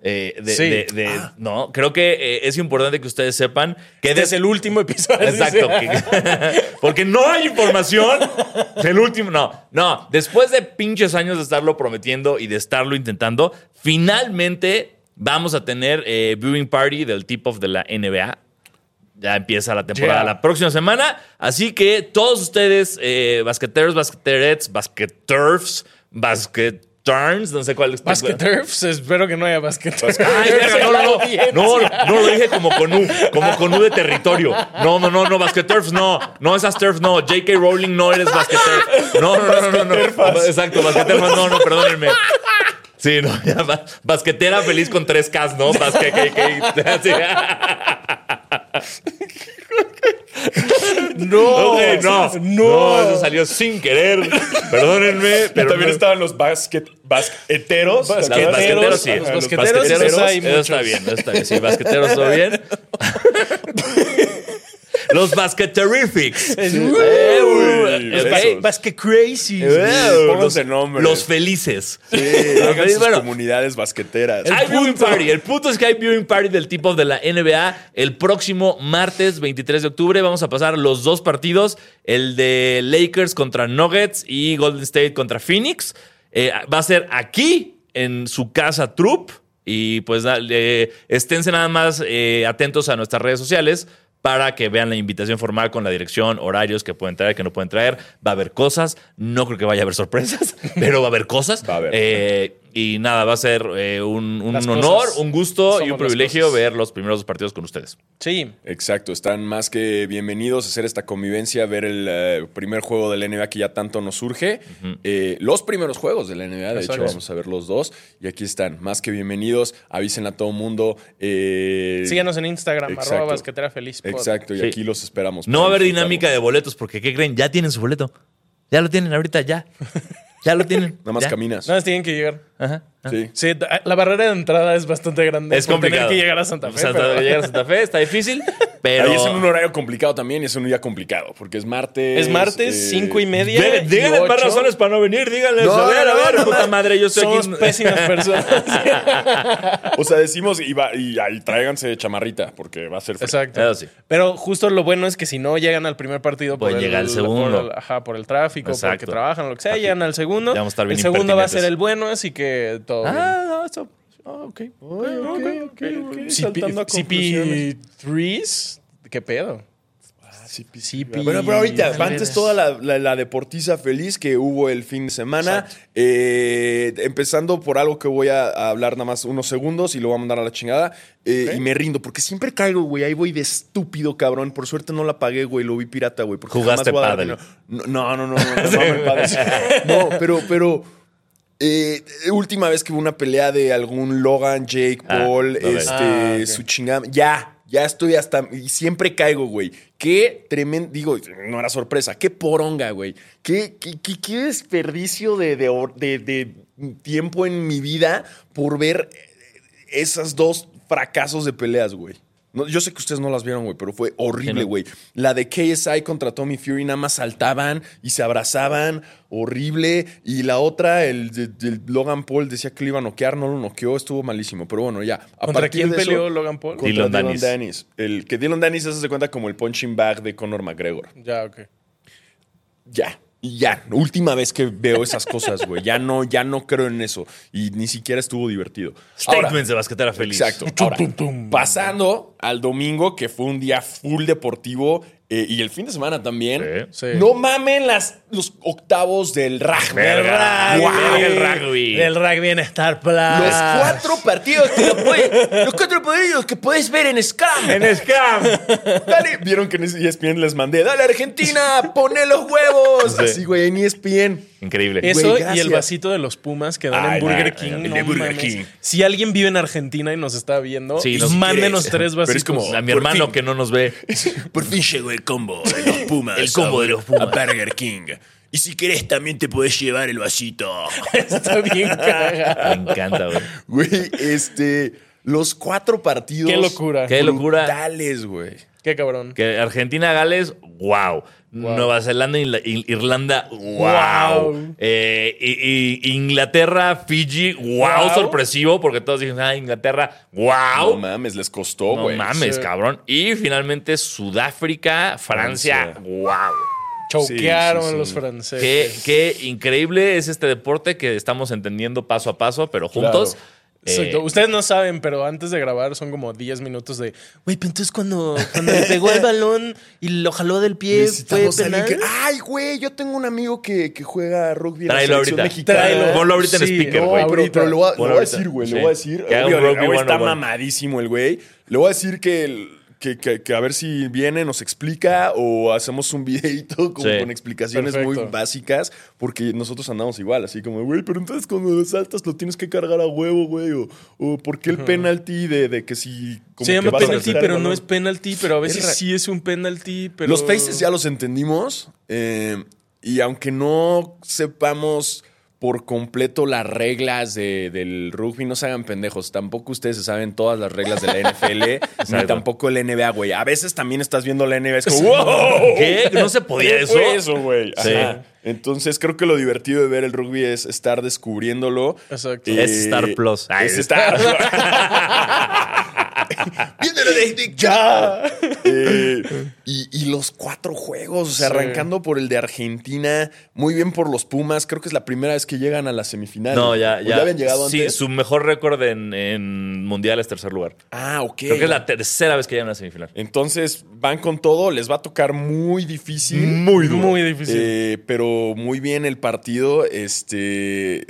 Speaker 4: Eh, de,
Speaker 6: Sí. Ah.
Speaker 4: de- de- No, creo que eh, es importante que ustedes sepan que
Speaker 6: Este es el último episodio.
Speaker 4: Exacto. que- porque no hay información. El último, no. No, después de pinches años de estarlo prometiendo y de estarlo intentando, finalmente vamos a tener eh, viewing party del tip off de la NBA. Ya empieza la temporada
Speaker 6: Yeah.
Speaker 4: la próxima semana. Así que todos ustedes, eh, basqueteros, basqueterets, basqueturfs, basqueturns, no sé cuál es.
Speaker 6: Basketurfs, espero que no haya basketurfs.
Speaker 4: Ay, verga, no, no, no, no, no, lo dije como con U, como con U de territorio. No, no, no, no, basqueturfs no, no esas turfs no, J.K. Rowling no eres basqueturf. No, no, no, no, no, no. exacto, basqueterfas no, no, perdónenme. Sí, no, ya, ba- basquetera feliz con tres Ks, ¿no? Basque, que, que- así.
Speaker 6: No,
Speaker 4: Ok, no, no, eso salió sin querer. Perdónenme, pero
Speaker 5: También estaban los basket, basqueteros.
Speaker 4: Las
Speaker 6: Basqueteros,
Speaker 4: basqueteros, sí.
Speaker 6: ajá, los
Speaker 4: Los
Speaker 6: basqueteros, esos hay
Speaker 4: eso está
Speaker 6: muchos.
Speaker 4: bien, eso está bien. Sí, basqueteros, todo bien. Los basqueterifics. Eh, uh, ok.
Speaker 5: esos.
Speaker 6: Basket crazy.
Speaker 4: Eh,
Speaker 5: Pónganse
Speaker 4: los-
Speaker 5: nombres.
Speaker 4: Los felices.
Speaker 5: Hagan
Speaker 4: Ok,
Speaker 5: sus
Speaker 4: bueno.
Speaker 5: comunidades basqueteras.
Speaker 4: Hay viewing party. El punto es que hay viewing party del tipo de la NBA el próximo martes 23 de octubre. Vamos a pasar los dos partidos, el de Lakers contra Nuggets y Golden State contra Phoenix. Eh, va a ser aquí, en su casa Troop. Y pues da- eh, esténse nada más eh, atentos a nuestras redes sociales para que vean la invitación formal con la dirección, horarios que pueden traer, que no pueden traer. Va a haber cosas. No creo que vaya a haber sorpresas, pero va a haber cosas.
Speaker 5: Va a haber.
Speaker 4: Eh, y nada, va a ser eh, un, un
Speaker 6: Las
Speaker 4: honor,
Speaker 6: cosas
Speaker 4: un gusto
Speaker 6: somos
Speaker 4: y un
Speaker 6: las
Speaker 4: privilegio
Speaker 6: cosas.
Speaker 4: ver los primeros dos partidos con ustedes.
Speaker 6: Sí.
Speaker 5: Exacto, están más que bienvenidos a hacer esta convivencia, a ver el eh, primer juego del NBA que ya tanto nos surge, Eh, los primeros juegos del NBA, de
Speaker 6: Exacto.
Speaker 5: hecho vamos a ver los dos, y aquí están, más que bienvenidos, avisen a todo mundo. eh,
Speaker 6: Síganos en Instagram,
Speaker 5: Exacto.
Speaker 6: arroba basquetera feliz. pod.
Speaker 5: Exacto, y
Speaker 4: Sí.
Speaker 5: aquí los esperamos.
Speaker 4: No va a haber
Speaker 5: Disfrutamos.
Speaker 4: dinámica de boletos, porque ¿qué creen? Ya tienen su boleto. Ya lo tienen ahorita, ya. Ya lo tienen.
Speaker 5: Nada más
Speaker 4: ya.
Speaker 5: caminas.
Speaker 6: Nada más tienen que llegar.
Speaker 4: Ajá. ajá.
Speaker 5: Sí.
Speaker 6: Sí, da- la barrera de entrada es bastante grande.
Speaker 4: Es
Speaker 6: por
Speaker 4: complicado.
Speaker 6: Tener que llegar a Santa Fe. pero-
Speaker 4: llegar a Santa Fe está difícil, pero.
Speaker 5: Ahí es en un horario complicado también, es un día complicado, porque es martes.
Speaker 6: Es martes,
Speaker 5: eh,
Speaker 6: cinco y media.
Speaker 4: Díganle-
Speaker 6: y
Speaker 4: díganle más
Speaker 6: ocho.
Speaker 4: razones para no venir, díganles.
Speaker 5: No,
Speaker 4: a ver,
Speaker 5: no,
Speaker 4: a ver,
Speaker 5: no,
Speaker 4: puta
Speaker 5: no.
Speaker 4: madre, yo soy
Speaker 6: Somos
Speaker 4: aquí.
Speaker 6: pésimas personas.
Speaker 5: O sea, decimos y, va- y ahí tráiganse chamarrita, porque va a ser frío.
Speaker 6: Exacto.
Speaker 4: Eso sí.
Speaker 6: Pero justo lo bueno es que si no llegan al primer partido
Speaker 4: Pueden
Speaker 6: por
Speaker 4: llegar al
Speaker 6: el,
Speaker 4: segundo.
Speaker 6: por el- ajá, por el tráfico,
Speaker 4: Exacto.
Speaker 6: porque trabajan, lo que sea,
Speaker 4: Aquí.
Speaker 6: llegan al segundo.
Speaker 4: Ya vamos a estar bien
Speaker 6: el segundo va a
Speaker 4: impertinentes.
Speaker 6: ser el bueno, así que todo.
Speaker 4: Ah, no, eso. ah, ok.
Speaker 6: bien. CP, CP3s, ¿qué pedo? CP.
Speaker 5: Bueno, pero ahorita,
Speaker 6: Tal
Speaker 5: antes
Speaker 6: vez.
Speaker 5: toda la, la- la deportiza feliz que hubo el fin de semana. Eh, empezando por algo que voy a, a hablar nada más unos segundos y lo voy a mandar a la chingada. Eh, Y me rindo, porque siempre caigo, güey. Ahí voy de estúpido, cabrón. Por suerte no la pagué, güey. Lo vi pirata, güey. porque jamás
Speaker 4: Jugaste
Speaker 5: voy a dar
Speaker 4: pádel.
Speaker 5: dinero. No, no, no, no, no, no, me parece. No, pero, pero. eh, última vez que hubo una pelea de algún Logan, Jake,
Speaker 4: Ah,
Speaker 5: Paul,
Speaker 4: no ves.
Speaker 5: este, su chingada. Ya, ya estoy hasta. Y siempre caigo, güey. Qué tremendo. Digo, no era sorpresa. Qué poronga, güey. Qué, qué, qué- qué desperdicio de, de hor- de- de tiempo en mi vida por ver esas dos fracasos de peleas, güey. No, yo sé que ustedes no las vieron, güey, pero fue horrible,
Speaker 4: Sí, no.
Speaker 5: güey. La de KSI contra Tommy Fury, nada más saltaban y se abrazaban, horrible. Y la otra, el, de- el Logan Paul decía que lo iba a noquear, no lo noqueó, estuvo malísimo. Pero bueno, ya. A
Speaker 6: ¿Contra
Speaker 5: partir
Speaker 6: quién
Speaker 5: de eso-
Speaker 6: peleó Logan Paul?
Speaker 5: Contra
Speaker 4: Dylan
Speaker 5: Dylan,
Speaker 4: Danis.
Speaker 5: Danis. El, que Dylan Danis se hace cuenta como el punching bag de Conor McGregor.
Speaker 6: Ya, ok.
Speaker 5: Ya, y ya. Última vez que veo esas cosas, güey. Ya no, ya no creo en eso. Y ni siquiera estuvo divertido. Ahora-
Speaker 4: Statements de basquetera feliz.
Speaker 5: Exacto. Ahora, pasando al domingo, que fue un día full deportivo eh, y el fin de semana también.
Speaker 4: Sí.
Speaker 6: Sí.
Speaker 5: No mamen las, los octavos del rugby.
Speaker 4: Verga.
Speaker 5: Guau.
Speaker 4: Verga el rugby.
Speaker 6: Del rugby en Star Plus.
Speaker 5: Los cuatro partidos que lo puedes- los cuatro partidos que puedes ver en Scrum.
Speaker 4: En Scam.
Speaker 5: Dale, vieron que en ESPN les mandé, dale Argentina, poné los huevos.
Speaker 4: Sí.
Speaker 5: Así, güey, en E ESPN.
Speaker 4: Increíble.
Speaker 5: Es-
Speaker 6: Eso
Speaker 5: Güey,
Speaker 6: y el
Speaker 5: gracias.
Speaker 6: vasito de los Pumas que dan
Speaker 5: Ay,
Speaker 6: en Burger
Speaker 5: no,
Speaker 6: King.
Speaker 5: el
Speaker 6: no
Speaker 5: de Burger
Speaker 6: mames.
Speaker 5: King.
Speaker 6: Si alguien vive en Argentina y nos está viendo,
Speaker 4: Sí, nos
Speaker 6: mándenos
Speaker 5: quiere.
Speaker 6: tres
Speaker 5: Pero
Speaker 6: vasitos.
Speaker 5: es como-
Speaker 4: a mi
Speaker 5: por
Speaker 4: hermano
Speaker 5: fin.
Speaker 4: que no nos ve.
Speaker 5: Por fin llegó el combo de los Pumas.
Speaker 4: El combo de los Pumas.
Speaker 5: A Burger King. Y si querés, también te podés llevar el vasito.
Speaker 6: está bien cagada.
Speaker 4: Me encanta, güey.
Speaker 5: Güey, este. Los cuatro partidos.
Speaker 6: Qué locura.
Speaker 4: Qué locura.
Speaker 5: Brutales, güey.
Speaker 6: Qué cabrón.
Speaker 4: Que Argentina, Gales, wow. Nueva Zelanda, Inla- Il- Irlanda, wow.
Speaker 6: Wow.
Speaker 4: Eh, y- y Inglaterra, Fiji, wow,
Speaker 6: Wow.
Speaker 4: sorpresivo, porque todos dijeron, ah, Inglaterra, wow.
Speaker 5: No mames, les costó,
Speaker 4: No
Speaker 5: güey.
Speaker 4: mames,
Speaker 6: Sí.
Speaker 4: cabrón. Y finalmente Sudáfrica, Francia.
Speaker 5: Francia.
Speaker 4: Wow.
Speaker 6: Choquearon
Speaker 5: Sí, sí, sí.
Speaker 6: los franceses.
Speaker 4: Qué, qué increíble es este deporte que estamos entendiendo paso a paso, pero juntos. eh,
Speaker 6: Exacto. Ustedes no saben, pero antes de grabar son como 10 minutos de, güey, pero entonces cuando, cuando le pegó el balón y lo jaló del pie, fue
Speaker 5: Necesitamos a alguien
Speaker 6: penal.
Speaker 5: que- Ah, Ay, güey, yo tengo un amigo que, que juega rugby en la
Speaker 4: Tráelo
Speaker 5: selección
Speaker 4: ahorita.
Speaker 5: mexicana.
Speaker 6: Tráelo.
Speaker 4: Ponlo ahorita en
Speaker 6: Sí,
Speaker 4: speaker,
Speaker 5: No,
Speaker 4: güey.
Speaker 5: pero, pero lo voy a, lo
Speaker 4: Ponlo
Speaker 5: voy a
Speaker 4: ahorita.
Speaker 5: decir, güey.
Speaker 4: Sí.
Speaker 5: Lo voy a decir.
Speaker 4: Que haga un
Speaker 5: Obvio,
Speaker 4: rugby
Speaker 5: luego está
Speaker 4: 101.
Speaker 5: mamadísimo el güey. Le voy a decir que, el- que, que- que a ver si viene, nos explica o hacemos un videito con,
Speaker 4: Sí.
Speaker 5: con explicaciones
Speaker 6: Perfecto.
Speaker 5: muy básicas, porque nosotros andamos igual, así como, güey, pero entonces cuando lo saltas lo tienes que cargar a huevo, güey. O, o ¿por qué el penalti de, de que si. como
Speaker 6: Se
Speaker 5: que
Speaker 6: llama
Speaker 5: vas a
Speaker 6: penalty,
Speaker 5: sacar el
Speaker 6: pero no
Speaker 5: balón?
Speaker 6: es penalty, pero a veces
Speaker 5: ra-
Speaker 6: sí es un penalty, pero...
Speaker 5: Los faces ya los entendimos. eh, y aunque no sepamos por completo las reglas de- del rugby, no se hagan pendejos. Tampoco ustedes se saben todas las reglas de la NFL, ni
Speaker 4: Exacto.
Speaker 5: tampoco el NBA, güey. A veces también estás viendo la NBA. Es como, ¡wow!
Speaker 4: ¿Qué? ¿No se podía
Speaker 5: ¿Qué
Speaker 4: eso?
Speaker 5: fue eso, güey?
Speaker 4: Sí.
Speaker 5: Ajá. Entonces creo que lo divertido de ver el rugby es estar descubriéndolo.
Speaker 6: Exacto.
Speaker 4: Es Star Plus. Ay,
Speaker 5: es Star Plus. Viene el ¡Ya! Eh, y, y los cuatro juegos, o sea,
Speaker 6: Sí.
Speaker 5: arrancando por el de Argentina, muy bien por los Pumas. Creo que es la primera vez que llegan a la semifinal.
Speaker 4: No, ya,
Speaker 5: ¿O
Speaker 4: ya.
Speaker 5: Pues habían llegado
Speaker 4: Sí,
Speaker 5: antes?
Speaker 4: su mejor récord en, en mundial es tercer lugar.
Speaker 5: Ah, ok.
Speaker 4: Creo que es la tercera vez que llegan a una semifinal.
Speaker 5: Entonces van con todo, les va a tocar muy difícil.
Speaker 6: Muy difícil.
Speaker 5: Eh, pero muy bien el partido. Este.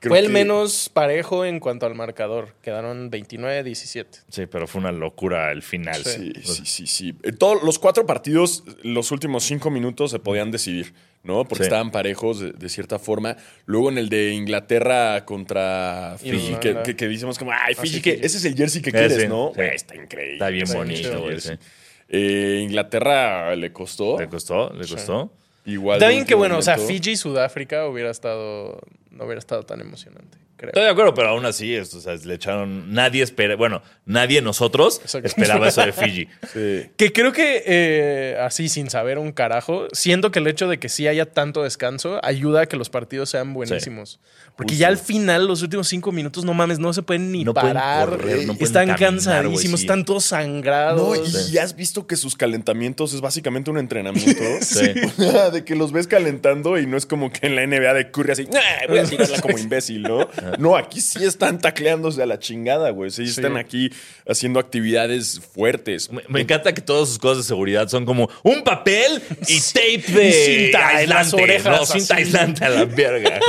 Speaker 5: creo
Speaker 6: Fue el
Speaker 5: que-
Speaker 6: menos parejo en cuanto al marcador. Quedaron 29-17.
Speaker 4: Sí, pero fue una locura el final.
Speaker 5: Sí, sí, sí, sí. Eh, Todos los cuatro partidos, los últimos cinco minutos se podían decidir, ¿no? Porque
Speaker 4: Sí.
Speaker 5: estaban parejos de, de cierta forma. Luego en el de Inglaterra contra Fiji, que,
Speaker 6: Irlanda. Ah,
Speaker 5: que, que decimos como, ay, Fiji,
Speaker 6: sí,
Speaker 5: que
Speaker 6: Fiji.
Speaker 5: ese es el jersey que
Speaker 4: Eh,
Speaker 5: quieres,
Speaker 4: sí,
Speaker 5: ¿no?
Speaker 4: sí.
Speaker 5: Güey, está increíble.
Speaker 4: Está bien
Speaker 5: ese
Speaker 4: bonito,
Speaker 5: pinche
Speaker 4: güey,
Speaker 5: jersey.
Speaker 4: sí.
Speaker 5: Eh, Inglaterra le costó.
Speaker 4: ¿Le costó? ¿Le costó?
Speaker 5: Igual.
Speaker 6: Está
Speaker 5: de
Speaker 6: bien que
Speaker 5: último
Speaker 6: bueno, o sea,
Speaker 5: momento.
Speaker 6: Fiji y Sudáfrica hubiera estado. No hubiera estado tan emocionante, creo.
Speaker 4: Estoy de acuerdo, pero aún así, es- o sea, le echaron. Nadie espera. Bueno, nadie de nosotros
Speaker 6: Exacto.
Speaker 4: esperaba eso de Fiji.
Speaker 5: Sí.
Speaker 6: Que creo que eh, así, sin saber un carajo, siento que el hecho de que sí haya tanto descanso ayuda a que los partidos sean buenísimos. Porque ya al final, los últimos cinco minutos, no mames, no se pueden ni
Speaker 4: No pueden
Speaker 6: parar.
Speaker 4: correr, no pueden
Speaker 6: están
Speaker 4: caminar,
Speaker 6: cansadísimos,
Speaker 4: güey, sí.
Speaker 6: están todos
Speaker 5: No,
Speaker 6: sangrados.
Speaker 5: y,
Speaker 4: Sí.
Speaker 5: y has visto que sus calentamientos es básicamente un entrenamiento.
Speaker 4: Sí.
Speaker 5: O sea, de que los ves calentando y no es como que en la NBA de Curry así, "Nah, voy a tirarla como imbécil, ¿no? No, aquí sí están tacleándose a la chingada, güey. Sí, están aquí haciendo actividades fuertes.
Speaker 4: Me, me encanta que todas sus cosas de seguridad son como un papel y tape de
Speaker 6: Y cinta en las
Speaker 4: aislante,
Speaker 6: orejas,
Speaker 4: No, cinta
Speaker 6: así.
Speaker 4: aislante a la verga.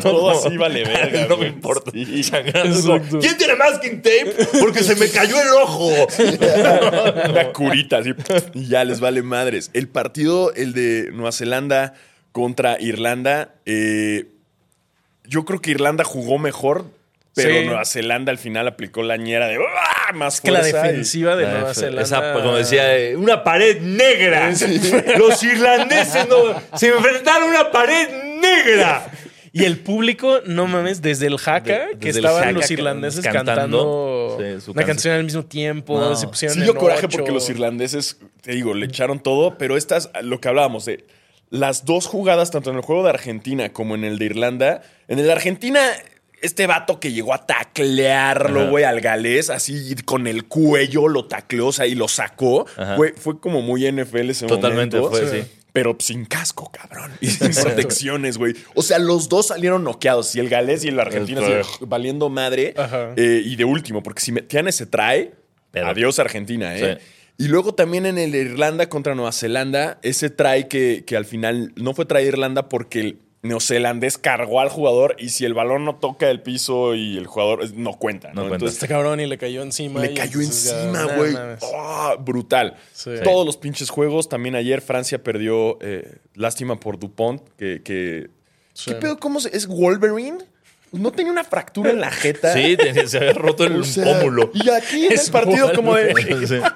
Speaker 5: Todo
Speaker 4: como-
Speaker 5: así vale verga,
Speaker 4: No me
Speaker 5: güey.
Speaker 4: importa.
Speaker 5: Sí.
Speaker 4: Sangrando, como, ¿Quién tiene masking tape? Porque se me cayó el ojo.
Speaker 5: Una curita así. Y ya les vale madres. El partido, el de Nueva Zelanda contra Irlanda, eh, yo creo que Irlanda jugó mejor, pero
Speaker 6: Sí.
Speaker 5: Nueva Zelanda al final aplicó la ñera de ¡ah! más
Speaker 6: que la
Speaker 5: fuerza y-
Speaker 6: defensiva de
Speaker 4: Ah,
Speaker 6: Nueva
Speaker 4: esa-
Speaker 6: Zelanda.
Speaker 4: Esa, como decía, eh, una pared negra. Los irlandeses no- se enfrentaron a una pared negra.
Speaker 6: Y el público, no mames, desde el jaca,
Speaker 4: De-
Speaker 6: que
Speaker 4: desde el
Speaker 6: estaban
Speaker 4: Haka
Speaker 6: los
Speaker 4: que-
Speaker 6: irlandeses
Speaker 4: cantando,
Speaker 6: cantando,
Speaker 4: sí, su
Speaker 6: una
Speaker 4: canción.
Speaker 6: canción al mismo tiempo,
Speaker 4: No.
Speaker 6: se pusieron
Speaker 5: Sí
Speaker 6: en
Speaker 5: dio coraje
Speaker 6: ocho.
Speaker 5: porque los irlandeses, te digo, le echaron todo, pero estas, lo que hablábamos de las dos jugadas, tanto en el juego de Argentina como en el de Irlanda, en el de Argentina... Este vato que llegó a taclearlo,
Speaker 4: Ajá.
Speaker 5: güey, al galés, así con el cuello lo tacleó, o sea, y lo sacó.
Speaker 4: Ajá.
Speaker 5: Fue, fue como muy NFL ese
Speaker 4: Totalmente
Speaker 5: momento.
Speaker 4: fue, sí.
Speaker 5: Pero sin casco, cabrón. Y sin protecciones, güey. O sea, los dos salieron noqueados. Y el galés y el argentino así, valiendo madre.
Speaker 6: Ajá.
Speaker 5: Eh, y de último, porque si metían ese trae,
Speaker 4: Pero-
Speaker 5: adiós Argentina, ¿eh?
Speaker 4: Sí.
Speaker 5: Y luego también en el de Irlanda contra Nueva Zelanda, ese try que, que al final no fue try de Irlanda porque el neozelandés cargó al jugador y si el balón no toca el piso y el jugador eh, no cuenta, ¿no?
Speaker 4: No cuenta.
Speaker 5: Entonces
Speaker 6: Este cabrón y le cayó encima.
Speaker 5: le
Speaker 6: y
Speaker 5: cayó
Speaker 6: entonces ya,
Speaker 5: encima,
Speaker 6: no
Speaker 5: güey.
Speaker 6: mames.
Speaker 5: ¡Ah! brutal.
Speaker 6: Sí.
Speaker 5: Todos los pinches juegos. También ayer Francia perdió, eh, lástima por Dupont, que... que
Speaker 6: Sí.
Speaker 5: ¿Qué pedo? ¿Cómo se- es Wolverine? ¿No tenía una fractura en la jeta?
Speaker 4: Sí, tenía- se había roto el
Speaker 5: O sea,
Speaker 4: pómulo.
Speaker 5: Y aquí en el partido como de...
Speaker 4: Sí.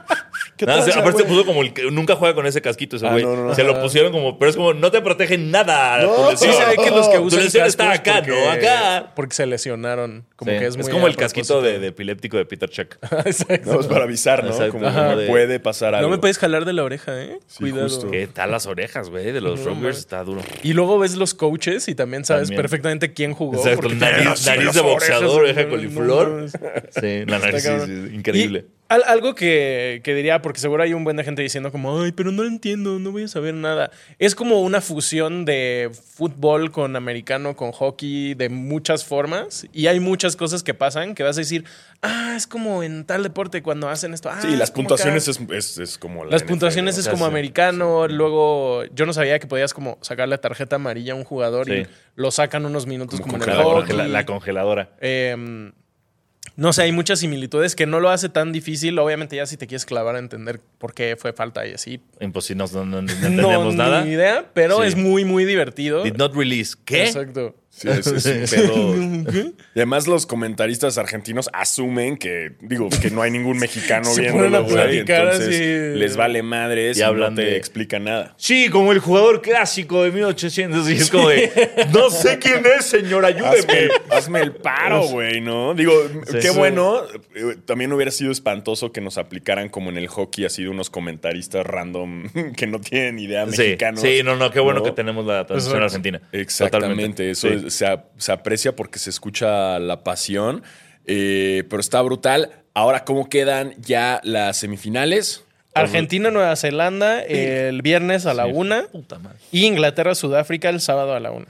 Speaker 5: ¿Qué
Speaker 4: Nada, se-
Speaker 5: tranza,
Speaker 4: aparte se
Speaker 5: güey?
Speaker 4: puso como el que nunca juega con ese casquito ese
Speaker 5: Ah,
Speaker 4: güey.
Speaker 5: no, no, no.
Speaker 4: se lo pusieron como, pero es como, no te protege nada. tu
Speaker 6: Sí,
Speaker 4: lesión.
Speaker 6: se ve que los que
Speaker 4: Tu
Speaker 6: usan
Speaker 4: lesión está
Speaker 6: cascos
Speaker 4: acá,
Speaker 6: porque-
Speaker 4: ¿no? Acá.
Speaker 6: Porque se lesionaron. Como
Speaker 4: Sí,
Speaker 6: que es muy
Speaker 4: como
Speaker 6: a
Speaker 4: el casquito de,
Speaker 6: propósito.
Speaker 4: de epiléptico de Peter Check.
Speaker 6: Exacto.
Speaker 5: No, es para avisar, ¿no?
Speaker 4: Exacto.
Speaker 5: Como
Speaker 4: Ajá.
Speaker 5: me puede pasar
Speaker 6: No
Speaker 5: algo.
Speaker 6: me puedes jalar de la oreja, ¿eh? Cuidado.
Speaker 5: justo.
Speaker 4: ¿Qué tal las orejas, güey? De los Rovers está duro.
Speaker 6: Y luego ves los coaches y también sabes
Speaker 4: También.
Speaker 6: perfectamente quién jugó.
Speaker 4: Exacto,
Speaker 6: porque también
Speaker 4: nariz,
Speaker 6: así
Speaker 4: nariz
Speaker 6: las
Speaker 4: de
Speaker 6: orejas,
Speaker 4: boxeador, oreja de
Speaker 6: no
Speaker 4: coliflor.
Speaker 6: mames.
Speaker 4: Sí, la nariz
Speaker 6: Está
Speaker 4: sí,
Speaker 6: cabrón.
Speaker 4: sí, sí, increíble.
Speaker 6: Y al- algo que, que diría, porque seguro hay un buen de gente diciendo como, ay, pero no lo entiendo, no voy a saber nada. Es como una fusión de fútbol con americano, con hockey, de muchas formas. Y hay muchas cosas que pasan que vas a decir, ah, es como en tal deporte cuando hacen esto. Ah,
Speaker 5: Sí,
Speaker 6: es
Speaker 5: las
Speaker 6: como
Speaker 5: puntuaciones
Speaker 6: acá".
Speaker 5: es, es- es como la
Speaker 6: Las
Speaker 5: NFL,
Speaker 6: puntuaciones
Speaker 5: ¿no?
Speaker 6: es
Speaker 4: sea,
Speaker 6: como
Speaker 4: sí,
Speaker 6: americano, luego yo no sabía que podías como sacar la tarjeta amarilla a un jugador y
Speaker 4: Sí.
Speaker 6: lo sacan unos minutos como,
Speaker 5: Como
Speaker 6: en
Speaker 4: La,
Speaker 6: el
Speaker 5: congelador,
Speaker 6: hockey.
Speaker 4: congela- la congeladora.
Speaker 6: Eh, no sé, hay muchas similitudes que no lo hace tan difícil. Obviamente, ya si te quieres clavar a entender por qué fue falta y así.
Speaker 4: Imposible, no, no- no- no
Speaker 6: No,
Speaker 4: entendemos nada.
Speaker 6: ni idea, pero
Speaker 4: Sí.
Speaker 6: es muy, muy divertido.
Speaker 4: Did not release. ¿Qué?
Speaker 6: Exacto.
Speaker 5: Sí, es, es un pedo. Y además los comentaristas argentinos asumen que, digo, que no hay ningún mexicano
Speaker 6: Se ponen
Speaker 5: viéndolo,
Speaker 6: a
Speaker 5: güey.
Speaker 6: platicar
Speaker 5: Entonces
Speaker 6: así.
Speaker 5: les vale madres
Speaker 4: Y
Speaker 5: y,
Speaker 4: hablan
Speaker 5: no te
Speaker 4: de-
Speaker 5: explica nada.
Speaker 4: Sí, como el jugador clásico de 1800. Y es como de, no sé quién es, señor,
Speaker 5: Hazme,
Speaker 4: ayúdeme.
Speaker 5: hazme el paro, güey, ¿no? Digo, qué bueno. Eh, También hubiera sido espantoso que nos aplicaran como en el hockey, así de unos comentaristas random que no tienen idea
Speaker 4: Sí,
Speaker 5: mexicanos.
Speaker 4: sí, no, no, qué bueno
Speaker 5: ¿no? Pues,
Speaker 4: que tenemos la transmisión argentina.
Speaker 5: Exactamente,
Speaker 4: Totalmente.
Speaker 5: eso
Speaker 4: Sí.
Speaker 5: es- se, ap- se aprecia porque se escucha la pasión, eh, pero está brutal. Ahora, ¿cómo quedan ya las semifinales?
Speaker 6: Argentina, Nueva Zelanda el viernes a la una.
Speaker 4: Puta madre.
Speaker 6: Y Inglaterra, Sudáfrica el sábado a la una.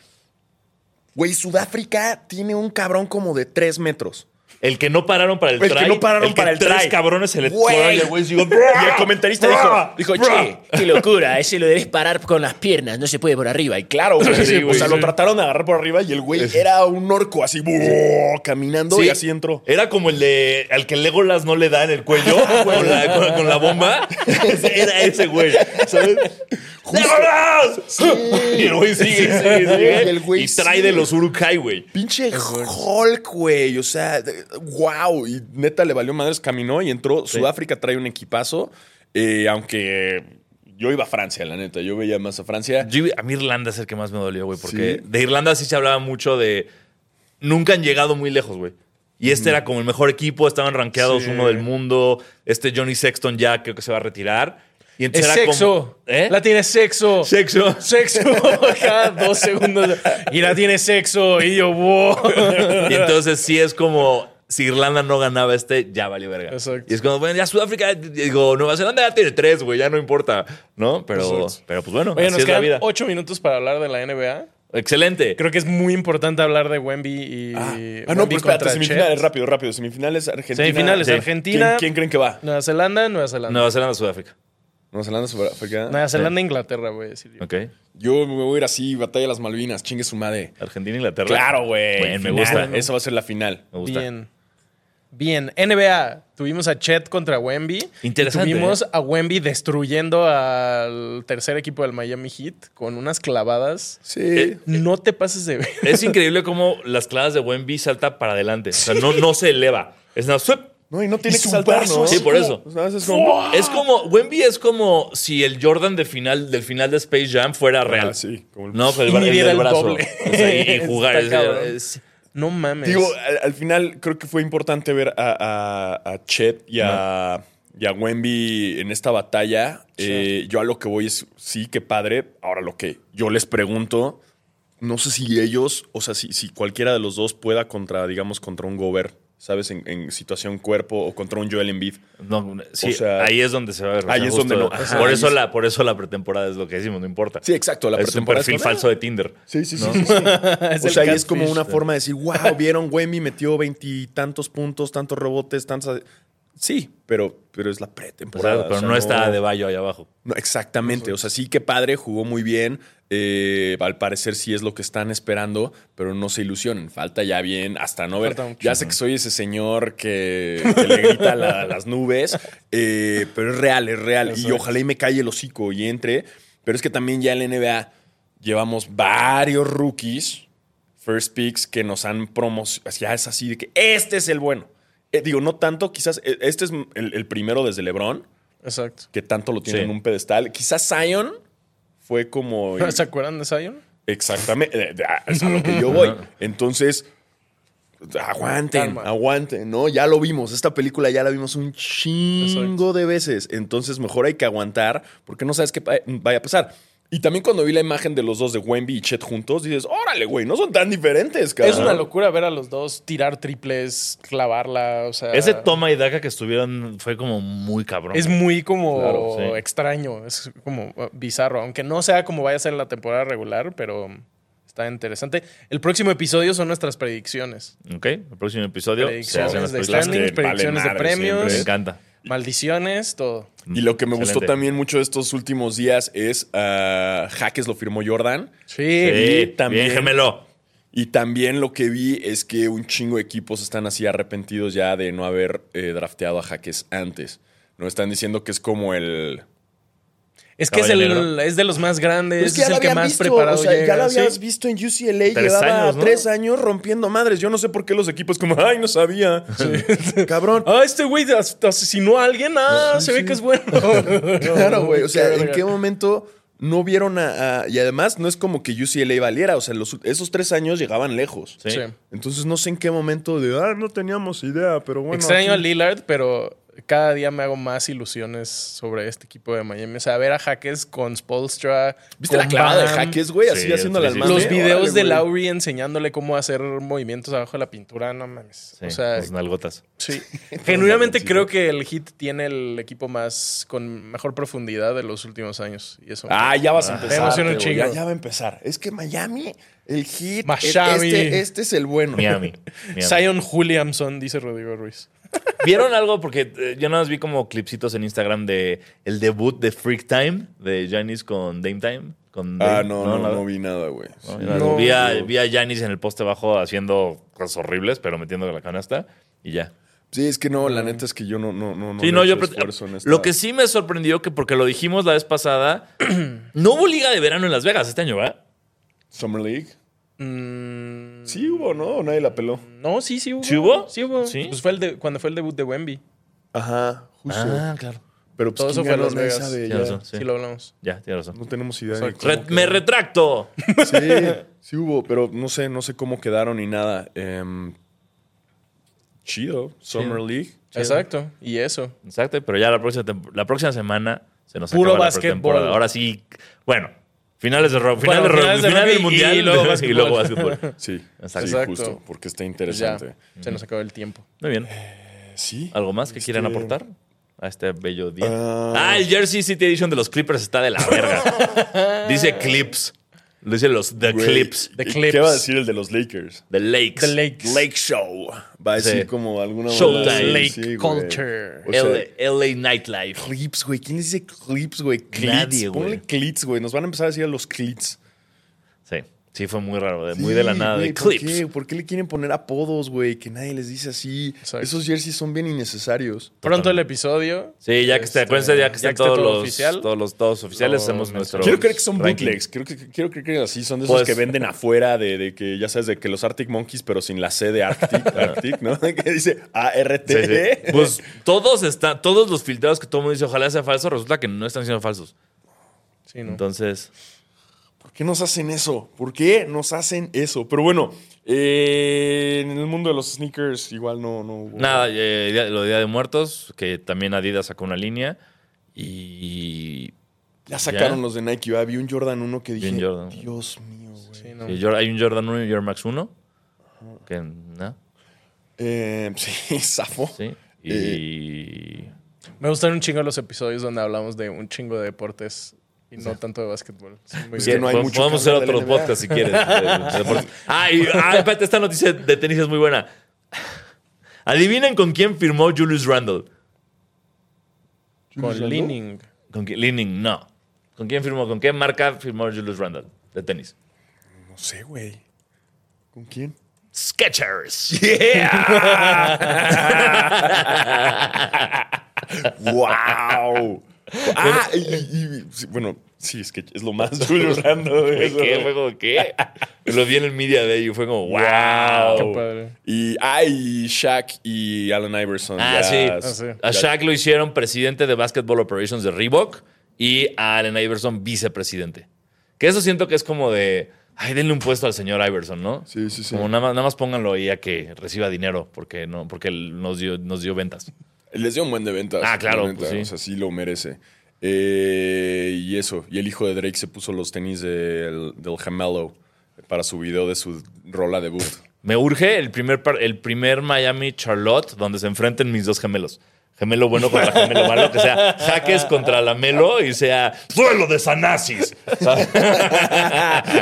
Speaker 5: Güey, Sudáfrica tiene un cabrón como de tres metros.
Speaker 4: El que no pararon para el,
Speaker 5: El
Speaker 4: try,
Speaker 5: que no pararon para el
Speaker 4: tres
Speaker 5: try.
Speaker 4: cabrones se le
Speaker 5: Güey.
Speaker 4: fueron y el güey dijo,
Speaker 5: Y el comentarista dijo, dijo, che,
Speaker 9: Qué locura, ese lo debes parar con las piernas, no se puede por arriba. Y claro,
Speaker 5: Eh, claro, güey.
Speaker 4: Sí,
Speaker 5: o
Speaker 4: güey,
Speaker 5: sea,
Speaker 4: sí.
Speaker 5: lo trataron de agarrar por arriba y el güey era un orco así, ¡buah! caminando y así entró.
Speaker 4: Era como el de al que Legolas no le da en el cuello con, la, con- con la bomba. Ese- Era ese güey. ¿Sabes? ¡Legolas! Y el güey sigue, sigue, sigue.
Speaker 5: Y el güey
Speaker 4: y trae
Speaker 5: sigue.
Speaker 4: de los Urukai, güey.
Speaker 5: Pinche Hulk, güey. O sea, wow. Y neta le valió madres, caminó y entró. Sudáfrica trae un equipazo. eh, aunque yo iba a Francia, la neta. Yo veía más a Francia.
Speaker 4: Yo- a mí Irlanda es el que más me dolió, güey, porque
Speaker 5: Sí.
Speaker 4: de Irlanda sí se hablaba mucho de nunca han llegado muy lejos, güey. Y este era como el mejor equipo, estaban rankeados uno del mundo. Este Johnny Sexton ya creo que se va a retirar. Y
Speaker 6: Es
Speaker 4: entonces era como-
Speaker 6: sexo.
Speaker 4: ¿Eh?
Speaker 6: La tiene sexo.
Speaker 4: Sexo.
Speaker 6: Sexo. Cada dos segundos. Y la tiene sexo. Y yo, wow.
Speaker 4: Y entonces sí es como si Irlanda no ganaba este, ya valió verga.
Speaker 6: Exacto.
Speaker 4: Y es como, bueno, ya Sudáfrica, digo, Nueva Zelanda ya tiene tres, güey, ya no importa, ¿no? Pero,
Speaker 6: Exacto.
Speaker 4: pero pues bueno,
Speaker 6: Oye,
Speaker 4: así
Speaker 6: nos
Speaker 4: es la
Speaker 6: quedan
Speaker 4: vida.
Speaker 6: ocho minutos para hablar de la NBA.
Speaker 4: Excelente.
Speaker 6: Creo que es muy importante hablar de Wemby y.
Speaker 5: Ah, ah,
Speaker 6: Wemby
Speaker 5: no, pero espérate,
Speaker 6: contra
Speaker 5: semifinales,
Speaker 6: Chet.
Speaker 5: rápido, rápido. Semifinales, Argentina.
Speaker 6: Semifinales,
Speaker 5: Sí.
Speaker 6: Argentina.
Speaker 5: ¿Quién, quién creen que va?
Speaker 6: Nueva Zelanda, Nueva Zelanda.
Speaker 4: Nueva Zelanda, Sudáfrica.
Speaker 5: Nueva Zelanda, Sudáfrica.
Speaker 6: Nueva Zelanda, Inglaterra, voy a decir yo.
Speaker 4: Ok.
Speaker 5: Yo me voy a ir así, batalla de las Malvinas, chingue su madre.
Speaker 4: Argentina, Inglaterra.
Speaker 5: Claro, güey.
Speaker 4: Bueno, me
Speaker 5: Final.
Speaker 4: gusta.
Speaker 5: Esa va a ser la final.
Speaker 4: Me gusta.
Speaker 6: Bien. Bien. NBA. Tuvimos a Chet contra Wemby.
Speaker 4: Interesante,
Speaker 6: Y Tuvimos
Speaker 4: ¿eh?
Speaker 6: a Wemby destruyendo al tercer equipo del Miami Heat con unas clavadas.
Speaker 5: Sí.
Speaker 4: Eh,
Speaker 6: No te pases de ver.
Speaker 4: Es increíble cómo las clavadas de Wemby salta para adelante. O sea, no, no se eleva. Es una sweep.
Speaker 5: no, y no tiene
Speaker 6: y
Speaker 5: que
Speaker 6: su
Speaker 5: saltar,
Speaker 6: brazo
Speaker 5: ¿no?
Speaker 6: así
Speaker 4: Sí, por eso.
Speaker 5: O sea, es como-
Speaker 4: Es como, Wemby es como si el Jordan de final, del final de Space Jam fuera real.
Speaker 5: Ah, sí, como el-
Speaker 4: No, pero el,
Speaker 6: Y
Speaker 4: bra- el
Speaker 6: midiera
Speaker 4: del
Speaker 6: el
Speaker 4: brazo.
Speaker 6: doble.
Speaker 4: O sea, y jugar.
Speaker 6: Está
Speaker 4: es-
Speaker 6: cabrón.
Speaker 4: es-
Speaker 6: No mames.
Speaker 5: Digo, al, al final creo que fue importante ver a, a- a Chet y a, y a Wemby en esta batalla. Eh, yo a lo que voy es, sí, qué padre. Ahora lo que yo les pregunto, no sé si ellos, o sea, si, si cualquiera de los dos pueda contra, digamos, contra un Gobert, ¿sabes? En, en situación cuerpo o contra un Joel Embiid.
Speaker 4: no, sí,
Speaker 5: O sea,
Speaker 4: ahí es donde se va a ver. o
Speaker 5: ahí
Speaker 4: sea,
Speaker 5: es donde
Speaker 4: justo-
Speaker 5: no. Ajá,
Speaker 4: por,
Speaker 5: ahí
Speaker 4: eso
Speaker 5: es-
Speaker 4: la, por eso la pretemporada es lo que decimos, no importa.
Speaker 5: Sí, exacto, la
Speaker 4: es un
Speaker 5: pretemporada es
Speaker 4: perfil
Speaker 5: como-
Speaker 4: falso de Tinder.
Speaker 5: Sí, sí, sí. sí, sí.
Speaker 6: Es
Speaker 5: o
Speaker 6: el
Speaker 5: sea, ahí es
Speaker 6: catfish.
Speaker 5: como una forma de decir, wow, vieron, Wemby metió veintitantos puntos, tantos rebotes, tantos... Sí, pero, pero es la
Speaker 4: O sea,
Speaker 5: pretemporada.
Speaker 4: Pues, pero
Speaker 5: o sea,
Speaker 4: no está de Bayo ahí abajo.
Speaker 5: no, exactamente. O sea, sí que padre, jugó muy bien. eh, al parecer sí es lo que están esperando, pero no se ilusionen. Falta ya bien hasta no ver.
Speaker 6: Falta mucho.
Speaker 5: Ya sé que soy ese señor que, que le grita a la- las nubes, eh, pero es real, es real. Y ojalá y me calle el hocico y entre. Pero es que también ya en la NBA llevamos varios rookies, first picks, que nos han promocionado. Ya es así de que este es el bueno. Eh, digo, no tanto, quizás eh, este es el, el primero desde LeBron
Speaker 6: Exacto.
Speaker 5: que tanto lo tienen
Speaker 4: Sí.
Speaker 5: en un pedestal. Quizás Zion fue como.
Speaker 6: ¿Se acuerdan de Zion?
Speaker 5: Exactamente. eh, de- a- Es a lo que yo voy. Entonces. Aguanten,
Speaker 6: Calma.
Speaker 5: aguanten, ¿no? Ya lo vimos, esta película ya la vimos un chingo de veces, entonces mejor hay que aguantar porque no sabes qué pa- vaya a pasar. Y también cuando vi la imagen de los dos de Wemby y Chet juntos, dices, órale, güey, no son tan diferentes, cabrón.
Speaker 6: Es una locura ver a los dos tirar triples, clavarla, o
Speaker 5: Ah.
Speaker 6: sea...
Speaker 4: Ese toma y daca que estuvieron fue como muy cabrón.
Speaker 6: Es muy como
Speaker 4: Claro, sí.
Speaker 6: extraño, es como uh, bizarro, aunque no sea como vaya a ser la temporada regular, pero está interesante. El próximo episodio son nuestras predicciones.
Speaker 4: Ok, el próximo episodio se hacen
Speaker 6: Predicciones
Speaker 4: las
Speaker 6: de
Speaker 4: películas que
Speaker 5: valen
Speaker 6: standings, predicciones de
Speaker 5: madre
Speaker 6: premios,
Speaker 5: siempre.
Speaker 4: me encanta.
Speaker 6: maldiciones, todo.
Speaker 5: Y lo que me gustó
Speaker 4: Excelente.
Speaker 5: también mucho de estos últimos días es, ah, Jaques lo firmó Jordan,
Speaker 6: Sí.
Speaker 4: Sí,
Speaker 5: también-
Speaker 4: bien, gemelo.
Speaker 5: Y también lo que vi es que un chingo de equipos están así arrepentidos ya de no haber eh, drafteado a Jaques antes. No están diciendo que es como el.
Speaker 6: Es que es,
Speaker 4: Caballo
Speaker 6: el-
Speaker 4: negro.
Speaker 6: es de los más grandes,
Speaker 5: Pues
Speaker 6: es el que más preparado llega. sí.
Speaker 5: visto en UCLA,
Speaker 4: Tres llevaba años, ¿no? tres
Speaker 5: años rompiendo madres. Yo no sé por qué los equipos, como, ay, no sabía. Cabrón.
Speaker 6: Ah, este güey as- asesinó a alguien, ah, se ve que es bueno.
Speaker 5: Claro, güey. O sea, ¿en
Speaker 6: verga.
Speaker 5: qué momento no vieron a, a- Y además, no es como que UCLA valiera. O sea, los- esos tres años llegaban lejos.
Speaker 4: Sí.
Speaker 6: Sí.
Speaker 5: Entonces, no sé en qué momento de, ah, no teníamos idea, pero bueno.
Speaker 6: Extraño a
Speaker 5: aquí-
Speaker 6: Lillard, pero cada día me hago más ilusiones sobre este equipo de Miami. O sea, ver a Jaques con Spolstra.
Speaker 5: ¿Viste la clavada de Jaques, güey? Así
Speaker 4: Sí,
Speaker 5: haciendo
Speaker 4: sí,
Speaker 5: las
Speaker 4: sí,
Speaker 5: manos.
Speaker 4: sí.
Speaker 6: Los
Speaker 4: Órale,
Speaker 6: videos de
Speaker 5: güey.
Speaker 6: Lowry enseñándole cómo hacer movimientos abajo de la pintura, no mames.
Speaker 4: Sí, pues
Speaker 6: o sea,
Speaker 4: las nalgotas.
Speaker 6: sí. Genuinamente creo que el Hit tiene el equipo más con mejor profundidad de los últimos años. Y eso.
Speaker 5: Ah, ya vas a
Speaker 6: Me
Speaker 5: empezar.
Speaker 6: emociona un
Speaker 5: güey,
Speaker 6: chingo.
Speaker 5: Ya, ya va a empezar. Es que Miami, el hit,
Speaker 6: Miami.
Speaker 5: Este, este es el bueno.
Speaker 4: Miami. Miami.
Speaker 6: Zion Williamson, dice Rodrigo Ruiz.
Speaker 4: ¿Vieron algo? Porque eh, yo nada más vi como clipsitos en Instagram de el debut de Freak Time de Janis con Dame Time. Con
Speaker 5: Ah,
Speaker 4: Dame-
Speaker 5: no, no, no,
Speaker 4: nada.
Speaker 5: vi nada, güey.
Speaker 4: No, nada. vi, a, vi a Giannis en el poste bajo haciendo cosas horribles, pero metiendo la canasta y ya.
Speaker 5: Sí, es que no, la neta es que yo no, no, no.
Speaker 4: Sí,
Speaker 5: le
Speaker 4: no,
Speaker 5: he
Speaker 4: yo
Speaker 5: hecho
Speaker 4: pre-
Speaker 5: esfuerzo en esta-
Speaker 4: Lo que sí me sorprendió que porque lo dijimos la vez pasada, no hubo liga de verano en Las Vegas este año, ¿verdad?
Speaker 5: Summer League.
Speaker 6: Mm.
Speaker 5: Sí hubo, ¿no? ¿O Nadie la peló.
Speaker 6: No, sí, sí hubo.
Speaker 4: ¿Sí hubo?
Speaker 6: Sí hubo.
Speaker 4: ¿Sí?
Speaker 6: Pues fue el de, cuando fue el debut de Wemby.
Speaker 5: Ajá, justo.
Speaker 4: Ah, claro.
Speaker 5: Pero pues,
Speaker 6: todo eso
Speaker 5: ¿quién
Speaker 6: fue en
Speaker 5: ganó? Nadie
Speaker 6: Las Vegas.
Speaker 5: sabe,
Speaker 4: Sí,
Speaker 5: ya.
Speaker 4: razón, sí.
Speaker 6: Sí, lo hablamos.
Speaker 4: Ya, tienes razón.
Speaker 5: No tenemos idea. de
Speaker 6: Exacto.
Speaker 4: Re- me retracto.
Speaker 5: cómo- Sí, sí hubo, pero no sé, no sé cómo quedaron ni nada. Em, chido. Summer League.
Speaker 6: Exacto. Y eso.
Speaker 4: Exacto, pero ya la próxima, temp- la próxima semana se nos
Speaker 6: Puro
Speaker 4: acaba la
Speaker 6: básquetbol.
Speaker 4: pretemporada. Ahora sí, bueno, finales de rock, final, de
Speaker 6: Bueno,
Speaker 4: ro-
Speaker 6: finales de
Speaker 4: final del
Speaker 6: rugby
Speaker 4: mundial
Speaker 6: y luego
Speaker 4: y luego básquetbol.
Speaker 5: Sí,
Speaker 4: Exacto.
Speaker 5: sí,
Speaker 6: Exacto.
Speaker 5: justo, porque está
Speaker 6: Pues ya.
Speaker 5: interesante.
Speaker 6: Se nos acabó el tiempo.
Speaker 4: Muy bien.
Speaker 5: Eh, Sí.
Speaker 4: ¿Algo más que quieran
Speaker 5: Este-
Speaker 4: aportar a este bello día?
Speaker 5: Ah.
Speaker 4: Ah, el Jersey City Edition de los Clippers está de la verga. Dice Clips. Lo dicen los The
Speaker 5: Güey,
Speaker 4: Clips.
Speaker 6: The
Speaker 5: ¿y
Speaker 6: Clips.
Speaker 5: ¿Qué va a decir el de los Lakers?
Speaker 4: The Lakes.
Speaker 6: The Lakes.
Speaker 5: Lake Show. Va a decir
Speaker 4: Sí.
Speaker 5: como alguna
Speaker 4: Showtime.
Speaker 5: bola así,
Speaker 6: Lake
Speaker 5: güey.
Speaker 6: culture.
Speaker 5: O sea,
Speaker 4: L- LA Nightlife.
Speaker 5: clips, güey. ¿Quién les dice clips, güey? Clits.
Speaker 4: Nadie, güey.
Speaker 5: Ponle clits, güey. Nos van a empezar a decir a los clits.
Speaker 4: Sí, sí, fue muy raro, de- muy de la
Speaker 5: Sí,
Speaker 4: nada.
Speaker 5: güey,
Speaker 4: de
Speaker 5: ¿por
Speaker 4: Clips.
Speaker 5: Qué? ¿Por qué le quieren poner apodos, güey? Que nadie les dice así.
Speaker 6: Exacto.
Speaker 5: Esos jerseys son bien innecesarios.
Speaker 6: Pronto el episodio.
Speaker 4: Sí, ya que
Speaker 6: Este,
Speaker 4: está, acuérdense, ya que están
Speaker 6: está
Speaker 4: todos,
Speaker 6: todo
Speaker 4: los,
Speaker 6: oficial. Oh,
Speaker 4: todos los todos oficiales,
Speaker 6: Lo
Speaker 4: hacemos nuestro.
Speaker 5: Quiero creer que son
Speaker 4: ranking.
Speaker 5: bootlegs. Quiero, que- quiero creer que así son de esos
Speaker 4: Pues-
Speaker 5: que venden afuera de, de que, ya sabes, de que los Arctic Monkeys, pero sin la C de Arctic, Arctic ¿no? Que dice ART.
Speaker 4: Sí,
Speaker 5: ¿eh?
Speaker 4: sí. Pues todos están, todos los filtrados que todo el mundo dice, ojalá sea falso, resulta que no están siendo falsos.
Speaker 6: Sí, no.
Speaker 4: Entonces,
Speaker 5: ¿Por qué nos hacen eso? ¿Por qué nos hacen eso? Pero bueno, eh, en el mundo de los sneakers igual no, no hubo.
Speaker 4: nada, eh, día- lo de Día de Muertos, que también Adidas sacó una línea. Y.
Speaker 5: Ya sacaron
Speaker 4: Ya.
Speaker 5: los de Nike. ¿verdad? Vi un Jordan 1 que dije,
Speaker 4: un Jordan.
Speaker 5: Dios mío, güey.
Speaker 6: Sí, no.
Speaker 4: y Jor- hay un Jordan 1 y un Air Max 1. Que, ¿no?
Speaker 5: Eh, sí, zafo.
Speaker 4: Sí.
Speaker 5: Eh,
Speaker 4: Y.
Speaker 6: Me gustan un chingo los episodios donde hablamos de un chingo de deportes y no tanto de básquetbol. Son muy
Speaker 5: Es
Speaker 4: Sí,
Speaker 5: que no hay
Speaker 4: pod-
Speaker 5: mucho
Speaker 4: podemos
Speaker 5: que
Speaker 4: hacer
Speaker 5: hablar de
Speaker 4: otro
Speaker 5: la NBA.
Speaker 4: podcast si quieres. de- de deportes. ah, y- ah, espérate, esta noticia de tenis es muy buena. Adivinen con quién firmó Julius Randle.
Speaker 6: Con Leaning.
Speaker 4: ¿Con quién? Leaning, no. ¿Con quién firmó? ¿Con qué marca firmó Julius Randle de tenis?
Speaker 5: No sé, güey. ¿Con quién?
Speaker 4: Sketchers.
Speaker 5: ¡Wow! ah, y, y- sí, bueno, sí, es que es lo más Julio Rando. eso,
Speaker 4: ¿Qué?
Speaker 5: güey.
Speaker 4: ¿Fue como qué? Lo vi en el media day y fue como, wow.
Speaker 6: Qué padre.
Speaker 5: Y, ah, y Shaq y Allen Iverson.
Speaker 4: Ah,
Speaker 5: ya-
Speaker 4: sí.
Speaker 6: sí.
Speaker 4: A Shaq lo hicieron presidente de Basketball Operations de Reebok y a Allen Iverson vicepresidente. Que eso siento que es como de, ay, denle un puesto al señor Iverson, ¿no?
Speaker 5: Sí, sí, sí.
Speaker 4: Como nada más, nada más pónganlo ahí a que reciba dinero porque, no, porque él nos, dio, nos dio ventas.
Speaker 5: Les dio un buen de ventas.
Speaker 4: Ah, claro,
Speaker 5: la neta,
Speaker 4: pues sí.
Speaker 5: O sea, sí lo merece. Eh, y eso. Y el hijo de Drake se puso los tenis del, del Jamelo para su video de su rola debut.
Speaker 4: Me urge el primer, par- el primer Miami Charlotte donde se enfrenten mis dos gemelos. Gemelo bueno contra gemelo malo, que sea jaques contra la melo y sea duelo de sanasis.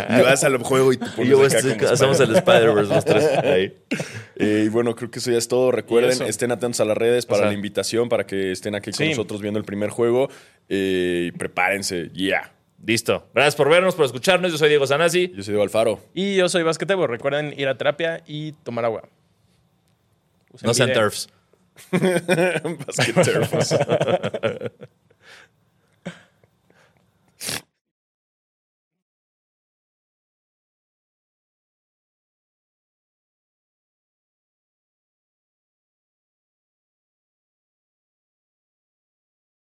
Speaker 5: y vas al juego y te pones
Speaker 4: y yo
Speaker 5: acá
Speaker 4: este-
Speaker 5: como
Speaker 4: hacemos el Spider-Verse los tres. Ahí.
Speaker 5: Eh, y bueno, creo que eso ya es todo. Recuerden,
Speaker 6: eso.
Speaker 5: estén atentos a las redes para
Speaker 4: sea.
Speaker 5: la invitación, para que estén aquí con
Speaker 6: Sí.
Speaker 5: nosotros viendo el primer juego. Eh, y prepárense, ya.
Speaker 4: Listo. Gracias por vernos, por escucharnos. Yo soy Diego Sanasi.
Speaker 5: Yo soy Diego Alfaro.
Speaker 6: Y yo soy Basquetebo. Recuerden ir a terapia y tomar agua. Usen
Speaker 4: No sean
Speaker 6: video.
Speaker 4: turfs.
Speaker 5: Basket Terfos.